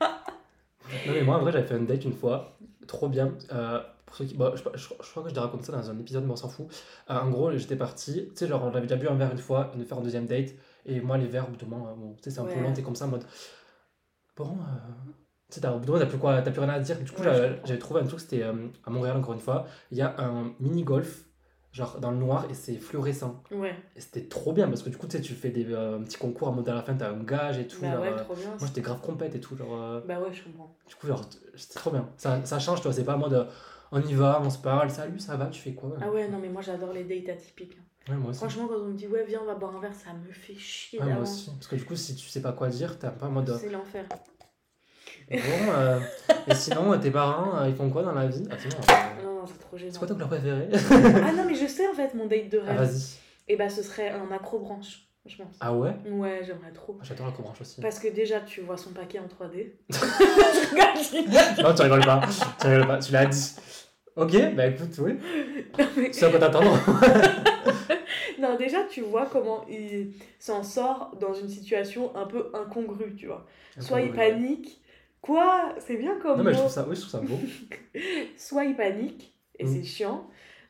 [SPEAKER 1] non, mais moi, en vrai, j'avais fait une date une fois. Trop bien. Euh, pour ceux qui... bah, je, je- je crois que je t'ai raconté ça dans un épisode, mais on s'en fout. Euh, en gros, j'étais parti. Tu sais, genre, on avait déjà bu un verre une fois, on devait faire une deuxième date. Et moi, les verres, au bout d'un moment, euh, bon, tu sais, c'est un peu
[SPEAKER 2] Ouais.
[SPEAKER 1] lent, t'es comme ça en mode. Bon. euh, Tu sais, t'as- au bout d'un moment, t'as plus, quoi- t'as plus rien à dire. Du coup,
[SPEAKER 2] Ouais, je
[SPEAKER 1] j'avais
[SPEAKER 2] comprends.
[SPEAKER 1] j'avais trouvé un truc, c'était euh, à Montréal, encore une fois. Il y a un mini-golf, genre dans le noir, et c'est fluorescent.
[SPEAKER 2] ouais,
[SPEAKER 1] Et c'était trop bien, parce que du coup, tu sais, tu fais des euh, petits concours en mode à la fin, t'as un gage et tout.
[SPEAKER 2] bah
[SPEAKER 1] genre,
[SPEAKER 2] ouais,
[SPEAKER 1] euh,
[SPEAKER 2] trop bien.
[SPEAKER 1] moi j'étais grave compète et tout, genre. euh,
[SPEAKER 2] Bah ouais, je comprends.
[SPEAKER 1] du coup, genre, t- c'était trop bien. Ça, ça change, toi, c'est pas en mode euh, on y va, on se parle, salut, ça va, tu fais quoi
[SPEAKER 2] Ah ouais, non, mais moi j'adore les dates atypiques. hein.
[SPEAKER 1] Ouais, moi aussi.
[SPEAKER 2] Franchement, quand on me dit, ouais, viens, on va boire un verre, ça me fait chier
[SPEAKER 1] Ouais, Ah, moi
[SPEAKER 2] d'avance.
[SPEAKER 1] aussi. Parce que du coup, si tu sais pas quoi dire, t'es un peu en mode. euh,
[SPEAKER 2] C'est l'enfer.
[SPEAKER 1] Bon, euh, et sinon, euh, tes parents, euh, ils font quoi dans la vie Ah, c'est bon, euh,
[SPEAKER 2] Non, non, c'est trop gênant.
[SPEAKER 1] C'est quoi ton couleur préférée
[SPEAKER 2] Ah non, mais je sais en fait mon date de
[SPEAKER 1] Ah,
[SPEAKER 2] rêve.
[SPEAKER 1] vas-y.
[SPEAKER 2] et bah ce serait un accrobranche, je pense.
[SPEAKER 1] Ah ouais Ah,
[SPEAKER 2] Ouais, j'aimerais trop.
[SPEAKER 1] J'adore la cobranche aussi.
[SPEAKER 2] Parce que déjà, tu vois son paquet en 3D. Je rigole, je rigole.
[SPEAKER 1] Non, tu rigoles pas. tu rigoles pas, tu l'as dit. Ok, bah écoute, oui.
[SPEAKER 2] Non, mais-
[SPEAKER 1] C'est à quoi t'attendre.
[SPEAKER 2] Non, déjà, tu vois comment il s'en sort dans une situation un peu incongrue, tu vois. Soit il panique. Quoi C'est bien comme
[SPEAKER 1] Non, mais je
[SPEAKER 2] mot.
[SPEAKER 1] trouve ça, oui, je trouve ça beau.
[SPEAKER 2] Soit il panique, et
[SPEAKER 1] Mm.
[SPEAKER 2] c'est chiant.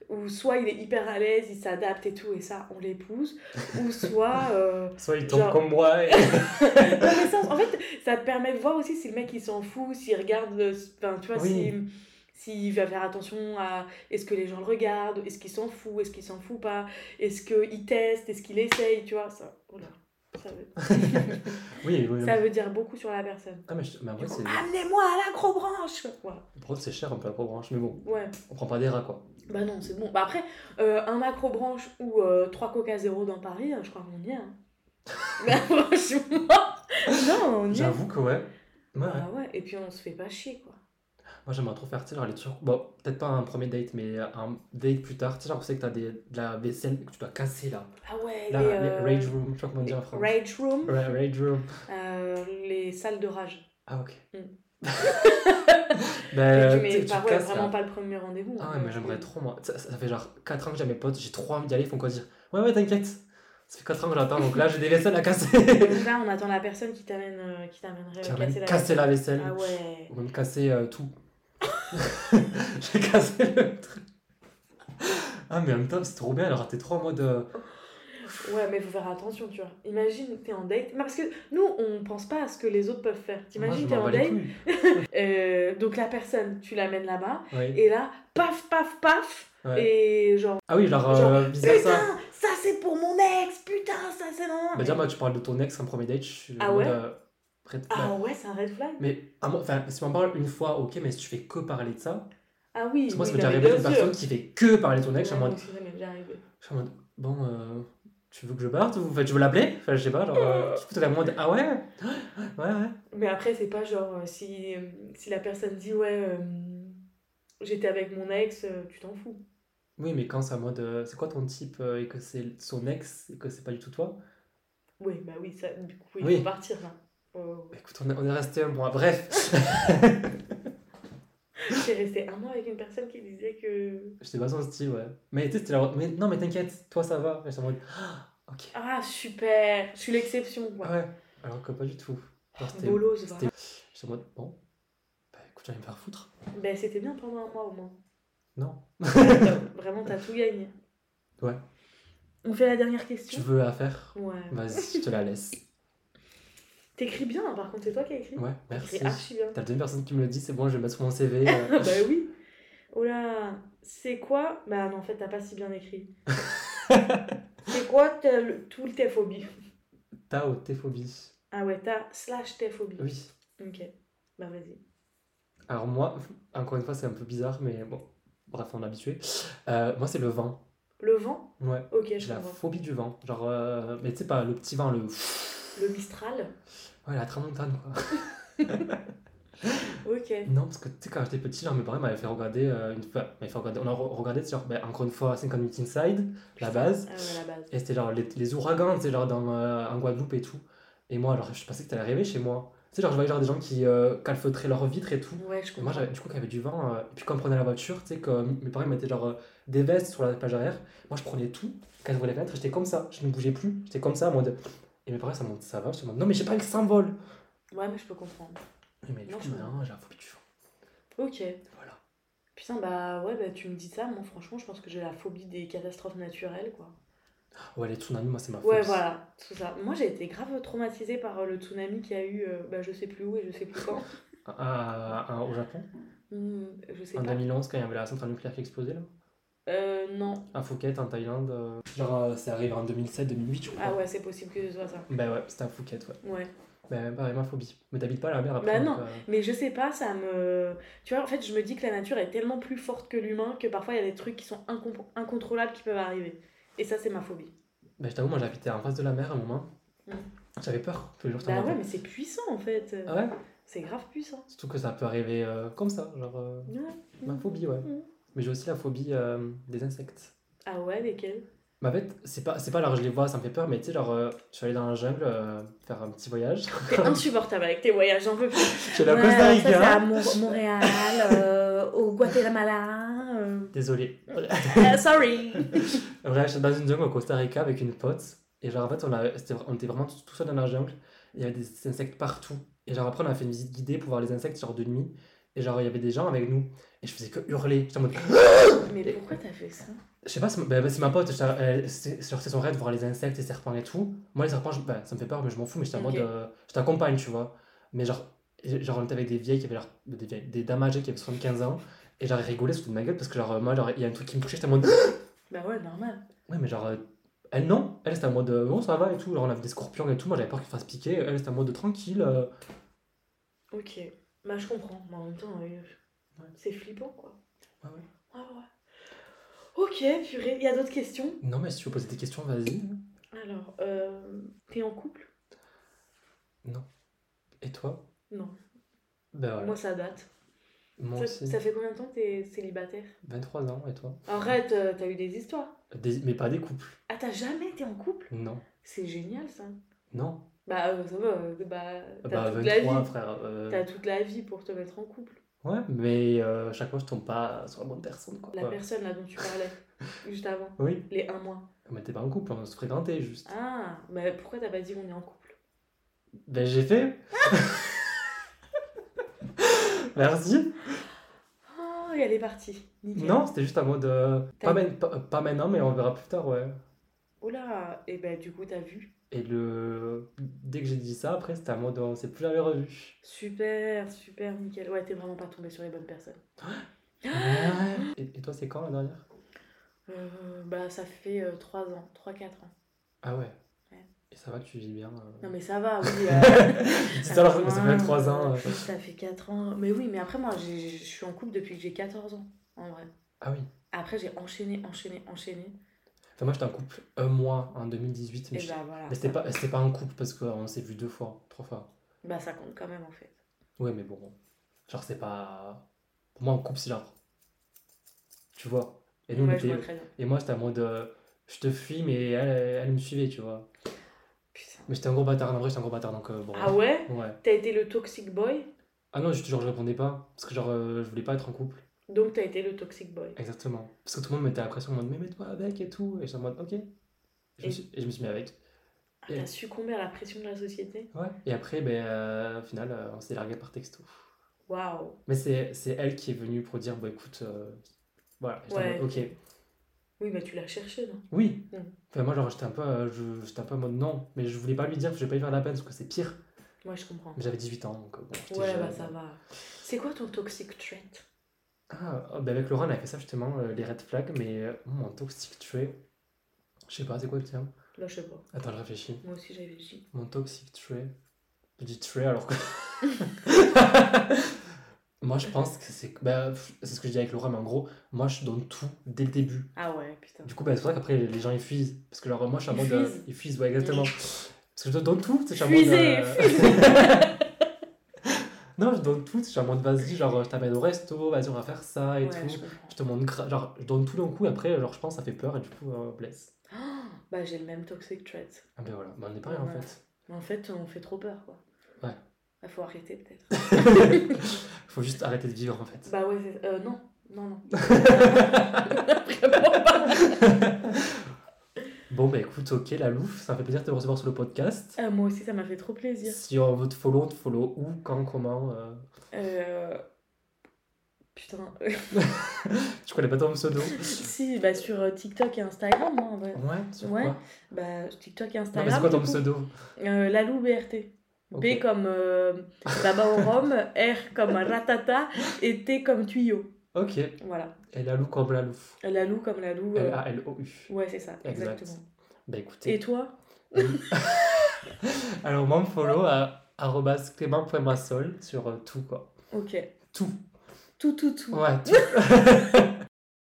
[SPEAKER 2] Ou soit il est hyper à l'aise, il s'adapte et tout, et ça, on l'épouse. Ou soit... euh,
[SPEAKER 1] Soit il tombe
[SPEAKER 2] Genre-
[SPEAKER 1] comme moi. et-
[SPEAKER 2] Non, mais ça, en fait, ça te permet de voir aussi si le mec il s'en fout, s'il regarde, le- enfin tu vois,
[SPEAKER 1] Oui.
[SPEAKER 2] s'il s'il va faire attention à est-ce que les gens le regardent, est-ce qu'il s'en fout, est-ce qu'il s'en fout pas, est-ce qu'il teste, est-ce qu'il essaye, tu vois, ça, oh là, ça, veut,
[SPEAKER 1] Oui, oui.
[SPEAKER 2] ça veut dire beaucoup sur la personne.
[SPEAKER 1] Ah, mais, je- mais en vrai, c'est.
[SPEAKER 2] Amenez-moi à l'acrobranche voilà.
[SPEAKER 1] Par contre, c'est cher un peu la branche, hein. mais bon,
[SPEAKER 2] Ouais,
[SPEAKER 1] on prend pas des rats quoi.
[SPEAKER 2] bah non, c'est bon. Bah après, euh, un acrobranche ou euh, trois coca zéro dans Paris, hein. euh, je crois qu'on y est. hein. Bah, franchement, non, on y est.
[SPEAKER 1] J'avoue que ouais. Ouais, ouais.
[SPEAKER 2] Ah ouais, et puis on se fait pas chier, quoi.
[SPEAKER 1] Moi j'aimerais trop faire, tu sais, genre les trucs. Bon, peut-être pas un premier date, mais un date plus tard. Tu sais, genre, tu sais que t'as des... de la vaisselle que tu dois casser là.
[SPEAKER 2] Ah ouais,
[SPEAKER 1] Là,
[SPEAKER 2] les,
[SPEAKER 1] les
[SPEAKER 2] euh,
[SPEAKER 1] rage room, je sais pas comment
[SPEAKER 2] les
[SPEAKER 1] dire en français.
[SPEAKER 2] rage room,
[SPEAKER 1] Ouais, rage room.
[SPEAKER 2] euh, les salles de rage.
[SPEAKER 1] Ah, ok.
[SPEAKER 2] Mm.
[SPEAKER 1] ben, tu
[SPEAKER 2] mais
[SPEAKER 1] sais, tu
[SPEAKER 2] par ouais,
[SPEAKER 1] casses, là.
[SPEAKER 2] vraiment pas le premier rendez-vous.
[SPEAKER 1] Ah
[SPEAKER 2] hein.
[SPEAKER 1] ouais, mais j'aimerais trop, moi. Ça, ça- ça fait genre 4 ans que j'ai mes potes, j'ai trop envie d'y aller, ils font quoi dire Ouais, ouais, t'inquiète. Ça fait 4 ans que j'attends, donc là j'ai des vaisselles à casser.
[SPEAKER 2] Donc là, on attend la personne qui t'amène, euh, qui t'amènerait
[SPEAKER 1] Qui
[SPEAKER 2] à
[SPEAKER 1] même
[SPEAKER 2] casser la
[SPEAKER 1] casser la vaisselle.
[SPEAKER 2] Ah ouais.
[SPEAKER 1] Ou même casser euh, tout. j'ai cassé le truc. Ah, mais en même temps, c'est trop bien, alors t'es trop en mode. euh,
[SPEAKER 2] Ouais, mais faut faire attention, tu vois. Imagine, t'es en date. Mais parce que nous, on pense pas à ce que les autres peuvent faire.
[SPEAKER 1] moi, je
[SPEAKER 2] T'imagines, t'es
[SPEAKER 1] m'en
[SPEAKER 2] en
[SPEAKER 1] bats les
[SPEAKER 2] date.
[SPEAKER 1] couilles.
[SPEAKER 2] euh, donc la personne, tu l'amènes là-bas.
[SPEAKER 1] Ouais,
[SPEAKER 2] Et là, paf, paf, paf.
[SPEAKER 1] ouais.
[SPEAKER 2] Et genre,
[SPEAKER 1] Ah oui, genre,
[SPEAKER 2] Genre,
[SPEAKER 1] euh, bizarre ça.
[SPEAKER 2] putain, ça c'est pour mon ex. Putain, ça c'est non.
[SPEAKER 1] Bah, déjà, moi, tu parles de ton ex en premier date, je suis
[SPEAKER 2] Ah
[SPEAKER 1] en mode,
[SPEAKER 2] ouais
[SPEAKER 1] euh, prêt-
[SPEAKER 2] Ah
[SPEAKER 1] bah,
[SPEAKER 2] ouais, c'est un red flag.
[SPEAKER 1] Mais à moi- enfin, si on parle une fois, ok, mais si tu fais que parler de ça,
[SPEAKER 2] Ah oui.
[SPEAKER 1] Parce que moi, ça m'est déjà
[SPEAKER 2] oui, non, mais
[SPEAKER 1] arrivé d'une
[SPEAKER 2] bien
[SPEAKER 1] personne
[SPEAKER 2] sûr.
[SPEAKER 1] qui fait que parler de ton ex. Je suis en
[SPEAKER 2] Ouais,
[SPEAKER 1] mode,
[SPEAKER 2] donc, ça m'est déjà arrivé.
[SPEAKER 1] je suis en mode, bon, euh, tu veux que je parte ou enfin, tu veux l'appeler Enfin, je sais pas, genre, euh, tu peux te la demander, ah ouais Ouais, ouais.
[SPEAKER 2] Mais après, c'est pas genre euh, si, euh, si la personne dit ouais, euh, j'étais avec mon ex, euh, tu t'en fous.
[SPEAKER 1] Oui, mais quand c'est en mode, euh, c'est quoi ton type euh, et que c'est son ex et que c'est pas du tout toi
[SPEAKER 2] Oui, bah oui, ça, du coup, il
[SPEAKER 1] Oui.
[SPEAKER 2] faut partir. Là. Oh.
[SPEAKER 1] Bah, Écoute, on, est- on est resté un mois, bref.
[SPEAKER 2] J'ai resté un mois avec une personne qui disait que.
[SPEAKER 1] J'étais pas son style, ouais. Mais tu sais, c'était genre, mais non, mais t'inquiète, toi ça va. Et j'étais en mode, Ah, ok.
[SPEAKER 2] Ah, super Je suis l'exception, quoi.
[SPEAKER 1] Ah ouais, alors que pas du tout. Genre, c'était-
[SPEAKER 2] Bolos, va.
[SPEAKER 1] c'était- J'étais en mode, bon, bah écoute, j'allais me faire foutre.
[SPEAKER 2] Ben, c'était bien pendant un mois au moins.
[SPEAKER 1] Non.
[SPEAKER 2] Vraiment, t'as tout gagné.
[SPEAKER 1] Ouais.
[SPEAKER 2] On fait la dernière
[SPEAKER 1] Tu
[SPEAKER 2] question
[SPEAKER 1] veux la faire
[SPEAKER 2] Ouais.
[SPEAKER 1] Vas-y, je te la laisse.
[SPEAKER 2] T'écris bien, hein, par contre, c'est toi qui as écrit.
[SPEAKER 1] Ouais,
[SPEAKER 2] T'écris
[SPEAKER 1] merci.
[SPEAKER 2] archi bien.
[SPEAKER 1] T'as la deuxième personne qui me le dit, c'est bon, je vais le mettre sur mon CV.
[SPEAKER 2] Ah
[SPEAKER 1] euh.
[SPEAKER 2] bah oui. Oh là, c'est quoi Bah non, en fait, t'as pas si bien écrit. c'est quoi t'as le- tout tes phobies
[SPEAKER 1] Tao, tes phobies.
[SPEAKER 2] Ah ouais, t'as slash tes phobies.
[SPEAKER 1] Oui.
[SPEAKER 2] Ok, bah vas-y.
[SPEAKER 1] Alors moi, encore une fois, c'est un peu bizarre, mais bon, bref, on est habitué. Euh, moi, c'est le vent.
[SPEAKER 2] Le vent
[SPEAKER 1] Ouais.
[SPEAKER 2] Ok, je
[SPEAKER 1] J'ai la
[SPEAKER 2] comprends.
[SPEAKER 1] phobie du vent. Genre, euh, mais tu sais pas, le petit vent, le...
[SPEAKER 2] Le mistral
[SPEAKER 1] Ouais, la tramontane, quoi.
[SPEAKER 2] Ok.
[SPEAKER 1] Non, parce que tu sais, quand j'étais petit, genre, mes parents m'avaient fait regarder... euh, une... enfin, m'avaient fait regarder... On a re- regardé, c'est genre, ben, encore une fois, 50 minutes inside, la base.
[SPEAKER 2] Ah ouais, la base.
[SPEAKER 1] Et c'était genre les, les ouragans, tu sais, genre dans, euh, en Guadeloupe et tout. Et moi, alors, je pensais que t'allais arriver chez moi. Tu sais, genre, je voyais genre des gens qui euh, calfeutraient leurs vitres et tout.
[SPEAKER 2] Ouais, je
[SPEAKER 1] Et moi,
[SPEAKER 2] comprends.
[SPEAKER 1] j'avais, du coup, qu'il y avait du vent. euh, et puis, quand on prenait la voiture, tu sais, que mes parents ils mettaient genre euh, des vestes sur la plage arrière. Moi, je prenais tout. Quand j'ouvrais les fenêtres, j'étais comme ça. Je ne bougeais plus. J'étais comme ça, en mode. Et mes parents, ça monte, ça va. Je me non, mais j'ai pas le symbole.
[SPEAKER 2] Ouais, mais je peux comprendre.
[SPEAKER 1] Oui, mais du
[SPEAKER 2] Non,
[SPEAKER 1] coup,
[SPEAKER 2] je
[SPEAKER 1] bah,
[SPEAKER 2] vois.
[SPEAKER 1] non, j'ai la phobie du vent.
[SPEAKER 2] Ok.
[SPEAKER 1] Voilà.
[SPEAKER 2] Putain, bah ouais, bah tu me dis ça, moi franchement, je pense que j'ai la phobie des catastrophes naturelles, quoi.
[SPEAKER 1] Ouais, les tsunamis, moi, c'est ma phobie.
[SPEAKER 2] Ouais, voilà, tout ça. Moi, j'ai été grave traumatisée par euh, le tsunami qu'il y a eu, euh, bah je sais plus où et je sais plus quand.
[SPEAKER 1] À- à- au Japon,
[SPEAKER 2] Hmm, je sais
[SPEAKER 1] en
[SPEAKER 2] pas.
[SPEAKER 1] 2011, quand il y avait la centrale nucléaire qui explosait, là.
[SPEAKER 2] Euh, non.
[SPEAKER 1] À Phuket, en Thaïlande. euh, Genre, euh, c'est arrivé en 2007-2008, je crois.
[SPEAKER 2] Ah ouais, c'est possible que ce soit ça.
[SPEAKER 1] Bah ouais, c'était à Phuket, ouais.
[SPEAKER 2] Ouais.
[SPEAKER 1] Bah pareil, ma phobie. Mais t'habites pas à la mer après.
[SPEAKER 2] Bah
[SPEAKER 1] donc,
[SPEAKER 2] non.
[SPEAKER 1] euh,
[SPEAKER 2] Mais je sais pas, ça me. Tu vois, en fait, je me dis que la nature est tellement plus forte que l'humain que parfois il y a des trucs qui sont incom- incontrôlables qui peuvent arriver. Et ça, c'est ma phobie.
[SPEAKER 1] Bah je t'avoue, moi j'habitais en face de la mer à un moment.
[SPEAKER 12] Hmm.
[SPEAKER 2] Mm.
[SPEAKER 1] J'avais peur, tous les jours.
[SPEAKER 2] Bah ouais, mais c'est puissant en fait.
[SPEAKER 1] Ah ouais
[SPEAKER 2] C'est grave puissant.
[SPEAKER 1] Surtout que ça peut arriver euh, comme ça, genre. euh,
[SPEAKER 2] Ouais.
[SPEAKER 1] Ma phobie, ouais.
[SPEAKER 2] Mm.
[SPEAKER 1] Mais j'ai aussi la phobie euh, des insectes.
[SPEAKER 2] Ah ouais, lesquels
[SPEAKER 1] Bah en fait, c'est pas, c'est pas alors je les vois, ça me fait peur, mais tu sais, genre, euh, je suis allé dans la jungle euh, faire un petit voyage.
[SPEAKER 2] T'es insupportable avec tes voyages, j'en peux plus.
[SPEAKER 1] J'ai la
[SPEAKER 12] Ouais,
[SPEAKER 1] Costa
[SPEAKER 12] alors ça, c'est à
[SPEAKER 1] Rica.
[SPEAKER 12] Mont- Montréal, euh, au Guatemala. euh.
[SPEAKER 1] Désolé.
[SPEAKER 2] Ah,
[SPEAKER 12] Euh, sorry.
[SPEAKER 1] Bref, j'étais dans une jungle au Costa Rica avec une pote. Et genre, en fait, on, a, c'était- on était vraiment tout, tout seul dans la jungle. Il y avait des insectes partout. Et genre, après, on a fait une visite guidée pour voir les insectes, genre de nuit. Et genre, il y avait des gens avec nous. Et je faisais que hurler. J'étais en mode.
[SPEAKER 2] Mais pourquoi t'as fait ça
[SPEAKER 1] Je sais pas, c'est, bah, bah, c'est ma pote. j'étais- elle- c'est, c'est genre, c'est son rêve de voir les insectes, les serpents et tout. Moi, les serpents, je- bah, ça me fait peur, mais je m'en fous. Mais j'étais en mode.
[SPEAKER 2] Ok.
[SPEAKER 1] euh, je t'accompagne, tu vois. Mais genre, et- genre, on était avec des vieilles qui avaient genre, des, vieilles- des dames âgées qui avaient 75 ans. Et genre, elles rigolaient sous de ma gueule parce que genre, moi, genre, il y a un truc qui me touchait. J'étais en mode.
[SPEAKER 2] Bah ouais, normal.
[SPEAKER 1] Ouais, mais genre, euh, elle non, elle c'était en mode euh, bon, ça va et tout. Genre, on avait des scorpions et tout. Moi j'avais peur qu'ils fassent piquer. Elle c'était en mode tranquille. euh.
[SPEAKER 2] Ok. Bah je comprends. Mais en même temps, euh,
[SPEAKER 1] Ouais.
[SPEAKER 2] c'est flippant quoi.
[SPEAKER 1] Ouais, ouais.
[SPEAKER 2] Ah ouais. Ok, purée. Il y a d'autres questions
[SPEAKER 1] Non, mais si tu veux poser des questions, vas-y.
[SPEAKER 2] Alors, euh, t'es en couple
[SPEAKER 1] Et toi
[SPEAKER 2] Non.
[SPEAKER 1] Ben voilà.
[SPEAKER 2] Moi, ça date.
[SPEAKER 1] Moi
[SPEAKER 2] Ça,
[SPEAKER 1] aussi.
[SPEAKER 2] ça fait combien de temps que t'es célibataire
[SPEAKER 1] 23 ans, et toi
[SPEAKER 2] Arrête, euh, t'as eu des histoires.
[SPEAKER 1] Des- Mais pas des couples.
[SPEAKER 2] Ah, t'as jamais été en couple
[SPEAKER 1] Non.
[SPEAKER 2] C'est génial ça.
[SPEAKER 1] Non.
[SPEAKER 2] Bah, euh, ça va, euh, bah, t'as
[SPEAKER 1] Bah,
[SPEAKER 2] toute la
[SPEAKER 1] 23,
[SPEAKER 2] vie.
[SPEAKER 1] frère. euh,
[SPEAKER 2] T'as toute la vie pour te mettre en couple.
[SPEAKER 1] Ouais, mais euh, chaque fois, je tombe pas sur la bonne personne, quoi.
[SPEAKER 2] La
[SPEAKER 1] Ouais.
[SPEAKER 2] personne là dont tu parlais juste avant,
[SPEAKER 1] Oui.
[SPEAKER 2] les un mois.
[SPEAKER 1] Mais t'es pas en couple, on se fréquentait juste.
[SPEAKER 2] Ah, bah pourquoi t'as pas dit on est en couple
[SPEAKER 1] Ben j'ai fait. Merci.
[SPEAKER 2] Oh, et elle est partie. Nickel.
[SPEAKER 1] Non, c'était juste un mode. euh,
[SPEAKER 2] T'as-
[SPEAKER 1] pas, main- pas- pas maintenant, mais on verra plus tard, ouais.
[SPEAKER 2] Oh là, et bah du coup t'as vu.
[SPEAKER 1] Et le. Dès que j'ai dit ça, après, c'était un mode. On s'est plus jamais revu.
[SPEAKER 2] Super, super, nickel. Ouais, t'es vraiment pas tombé sur les bonnes personnes.
[SPEAKER 1] Et, et toi, c'est quand la dernière
[SPEAKER 2] Euh, bah ça fait 3 ans, 3-4 ans.
[SPEAKER 1] Ah ouais.
[SPEAKER 2] Ouais.
[SPEAKER 1] Et ça va que tu vis bien. euh.
[SPEAKER 2] Non mais ça va, oui. euh,
[SPEAKER 1] Tu dis ça alors que ça fait
[SPEAKER 2] Ah,
[SPEAKER 1] 3 ans. euh.
[SPEAKER 2] Ça fait 4 ans. Mais oui, mais après, moi, j'ai- je suis en couple depuis que j'ai 14 ans, en vrai.
[SPEAKER 1] Ah oui.
[SPEAKER 2] Après, j'ai enchaîné, enchaîné, enchaîné.
[SPEAKER 1] Enfin, moi, j'étais en couple un mois en 2018. Mais,
[SPEAKER 2] Et
[SPEAKER 1] je-
[SPEAKER 2] bah voilà.
[SPEAKER 1] mais c'était pas, c'était pas en couple parce qu'on s'est vu deux fois, trois fois.
[SPEAKER 2] Bah ça compte quand même, en fait.
[SPEAKER 1] Ouais, mais bon. Genre, c'est pas. Pour moi, en couple, c'est genre. Tu vois. Et nous, on
[SPEAKER 2] ouais, je
[SPEAKER 1] était-
[SPEAKER 2] vois très bien.
[SPEAKER 1] Et moi, j'étais en mode. euh, je te fuis, mais elle, elle me suivait, tu vois.
[SPEAKER 2] Putain.
[SPEAKER 1] Mais j'étais un gros bâtard. En vrai, j'étais un gros bâtard, donc euh, bon.
[SPEAKER 2] Ah ouais
[SPEAKER 1] Ouais.
[SPEAKER 2] T'as été le toxic boy
[SPEAKER 1] Ah non, juste, genre, je répondais pas. Parce que, genre, euh, je voulais pas être en couple.
[SPEAKER 2] Donc t'as été le toxic boy.
[SPEAKER 1] Exactement. Parce que tout le monde mettait la pression en mode, mais mets-toi avec et tout. Et j'étais en mode, ok. Je
[SPEAKER 2] Et-
[SPEAKER 1] me suis- Et je me suis mis avec.
[SPEAKER 2] Ah, T'as succombé à la pression de la société
[SPEAKER 1] Ouais. Et après, ben, euh, au final, euh, on s'est largué par texto.
[SPEAKER 2] Waouh
[SPEAKER 1] Mais c'est c'est elle qui est venue pour dire, bon, écoute, euh, voilà, J'étais en
[SPEAKER 2] Ouais.
[SPEAKER 1] mode, ok.
[SPEAKER 2] Oui, bah tu l'as cherché, non
[SPEAKER 1] Oui.
[SPEAKER 2] Mhm.
[SPEAKER 1] Enfin, moi, genre, j'étais un peu, euh, je- j'étais un peu en mode non, mais je voulais pas lui dire, je vais pas lui faire la peine parce que c'est pire.
[SPEAKER 2] Ouais, je comprends.
[SPEAKER 1] Mais j'avais 18 ans, donc euh, bon, j'étais
[SPEAKER 2] Ouais,
[SPEAKER 1] jeune.
[SPEAKER 2] bah ça va. C'est quoi ton toxic trait
[SPEAKER 1] Ah, oh, ben avec Laurent, on a fait ça justement, euh, les red flags, mais euh, mon toxic trait, je sais pas, c'est quoi le tien
[SPEAKER 2] Là, je sais pas.
[SPEAKER 1] Attends, je réfléchis.
[SPEAKER 2] Moi aussi, j'avais dit.
[SPEAKER 1] Mon toxic trait, je dis trait alors que. moi, je pense que c'est. ben, pff, c'est ce que je dis avec Laurent, mais en gros, moi, je donne tout dès le début.
[SPEAKER 2] Ah ouais, putain.
[SPEAKER 1] Du coup, bah, c'est pour ça qu'après les gens ils fuisent. Parce que genre, moi je suis en
[SPEAKER 2] Ils
[SPEAKER 1] mode. euh,
[SPEAKER 2] fuisent.
[SPEAKER 1] Ils fuisent, ouais, exactement. Parce que je donne tout, tu sais, je suis en mode. euh,
[SPEAKER 2] Fusez,
[SPEAKER 1] non, je donne tout, tu sais, je suis en mode, vas-y, genre, je t'amène au resto, vas-y, on va faire ça et
[SPEAKER 2] Ouais,
[SPEAKER 1] tout.
[SPEAKER 2] je
[SPEAKER 1] Je...
[SPEAKER 2] comprends.
[SPEAKER 1] te montre, gra- genre, je donne tout d'un coup, après, genre, je pense, ça fait peur et du coup, euh, blesse.
[SPEAKER 2] Ah, bah j'ai le même toxic trait.
[SPEAKER 1] Ah, ben voilà, bah, on est pareil en
[SPEAKER 2] Ouais.
[SPEAKER 1] fait.
[SPEAKER 2] Mais en fait, on fait trop peur, quoi.
[SPEAKER 1] Ouais.
[SPEAKER 2] Bah, faut arrêter, peut-être.
[SPEAKER 1] Faut juste arrêter de vivre en fait.
[SPEAKER 2] bah ouais, c'est- euh, non. Non, non.
[SPEAKER 1] Bon, bah écoute, ok, la louf, ça me fait plaisir de te recevoir sur le podcast.
[SPEAKER 2] Euh, moi aussi, ça m'a fait trop plaisir.
[SPEAKER 1] Si on veut te follow, on te follow où, quand, comment. euh,
[SPEAKER 2] Euh... Putain.
[SPEAKER 1] Tu connais pas ton pseudo
[SPEAKER 2] si, bah sur euh, TikTok et Instagram, hein, en vrai.
[SPEAKER 1] Ouais, sur
[SPEAKER 2] Ouais.
[SPEAKER 1] quoi
[SPEAKER 2] Bah, TikTok et
[SPEAKER 1] Non,
[SPEAKER 2] Instagram.
[SPEAKER 1] mais c'est quoi ton
[SPEAKER 2] du coup.
[SPEAKER 1] pseudo
[SPEAKER 2] Euh, Lalou BRT.
[SPEAKER 1] Ok.
[SPEAKER 2] B comme euh, baba au rhum, R comme ratata et T comme tuyau.
[SPEAKER 1] Ok,
[SPEAKER 2] Voilà.
[SPEAKER 1] elle a loup comme la loup.
[SPEAKER 2] Lalou comme Lalou. euh,
[SPEAKER 1] L-A-L-O-U.
[SPEAKER 2] Ouais, c'est ça,
[SPEAKER 1] Exact.
[SPEAKER 2] exactement.
[SPEAKER 1] Bah
[SPEAKER 2] Et
[SPEAKER 1] écoutez.
[SPEAKER 2] toi
[SPEAKER 1] Alors, moi, me follow à arrobas clément.massol sur euh, tout, euh, quoi.
[SPEAKER 2] Ok.
[SPEAKER 1] Tout.
[SPEAKER 2] Tout, tout, tout.
[SPEAKER 1] Ouais, tout.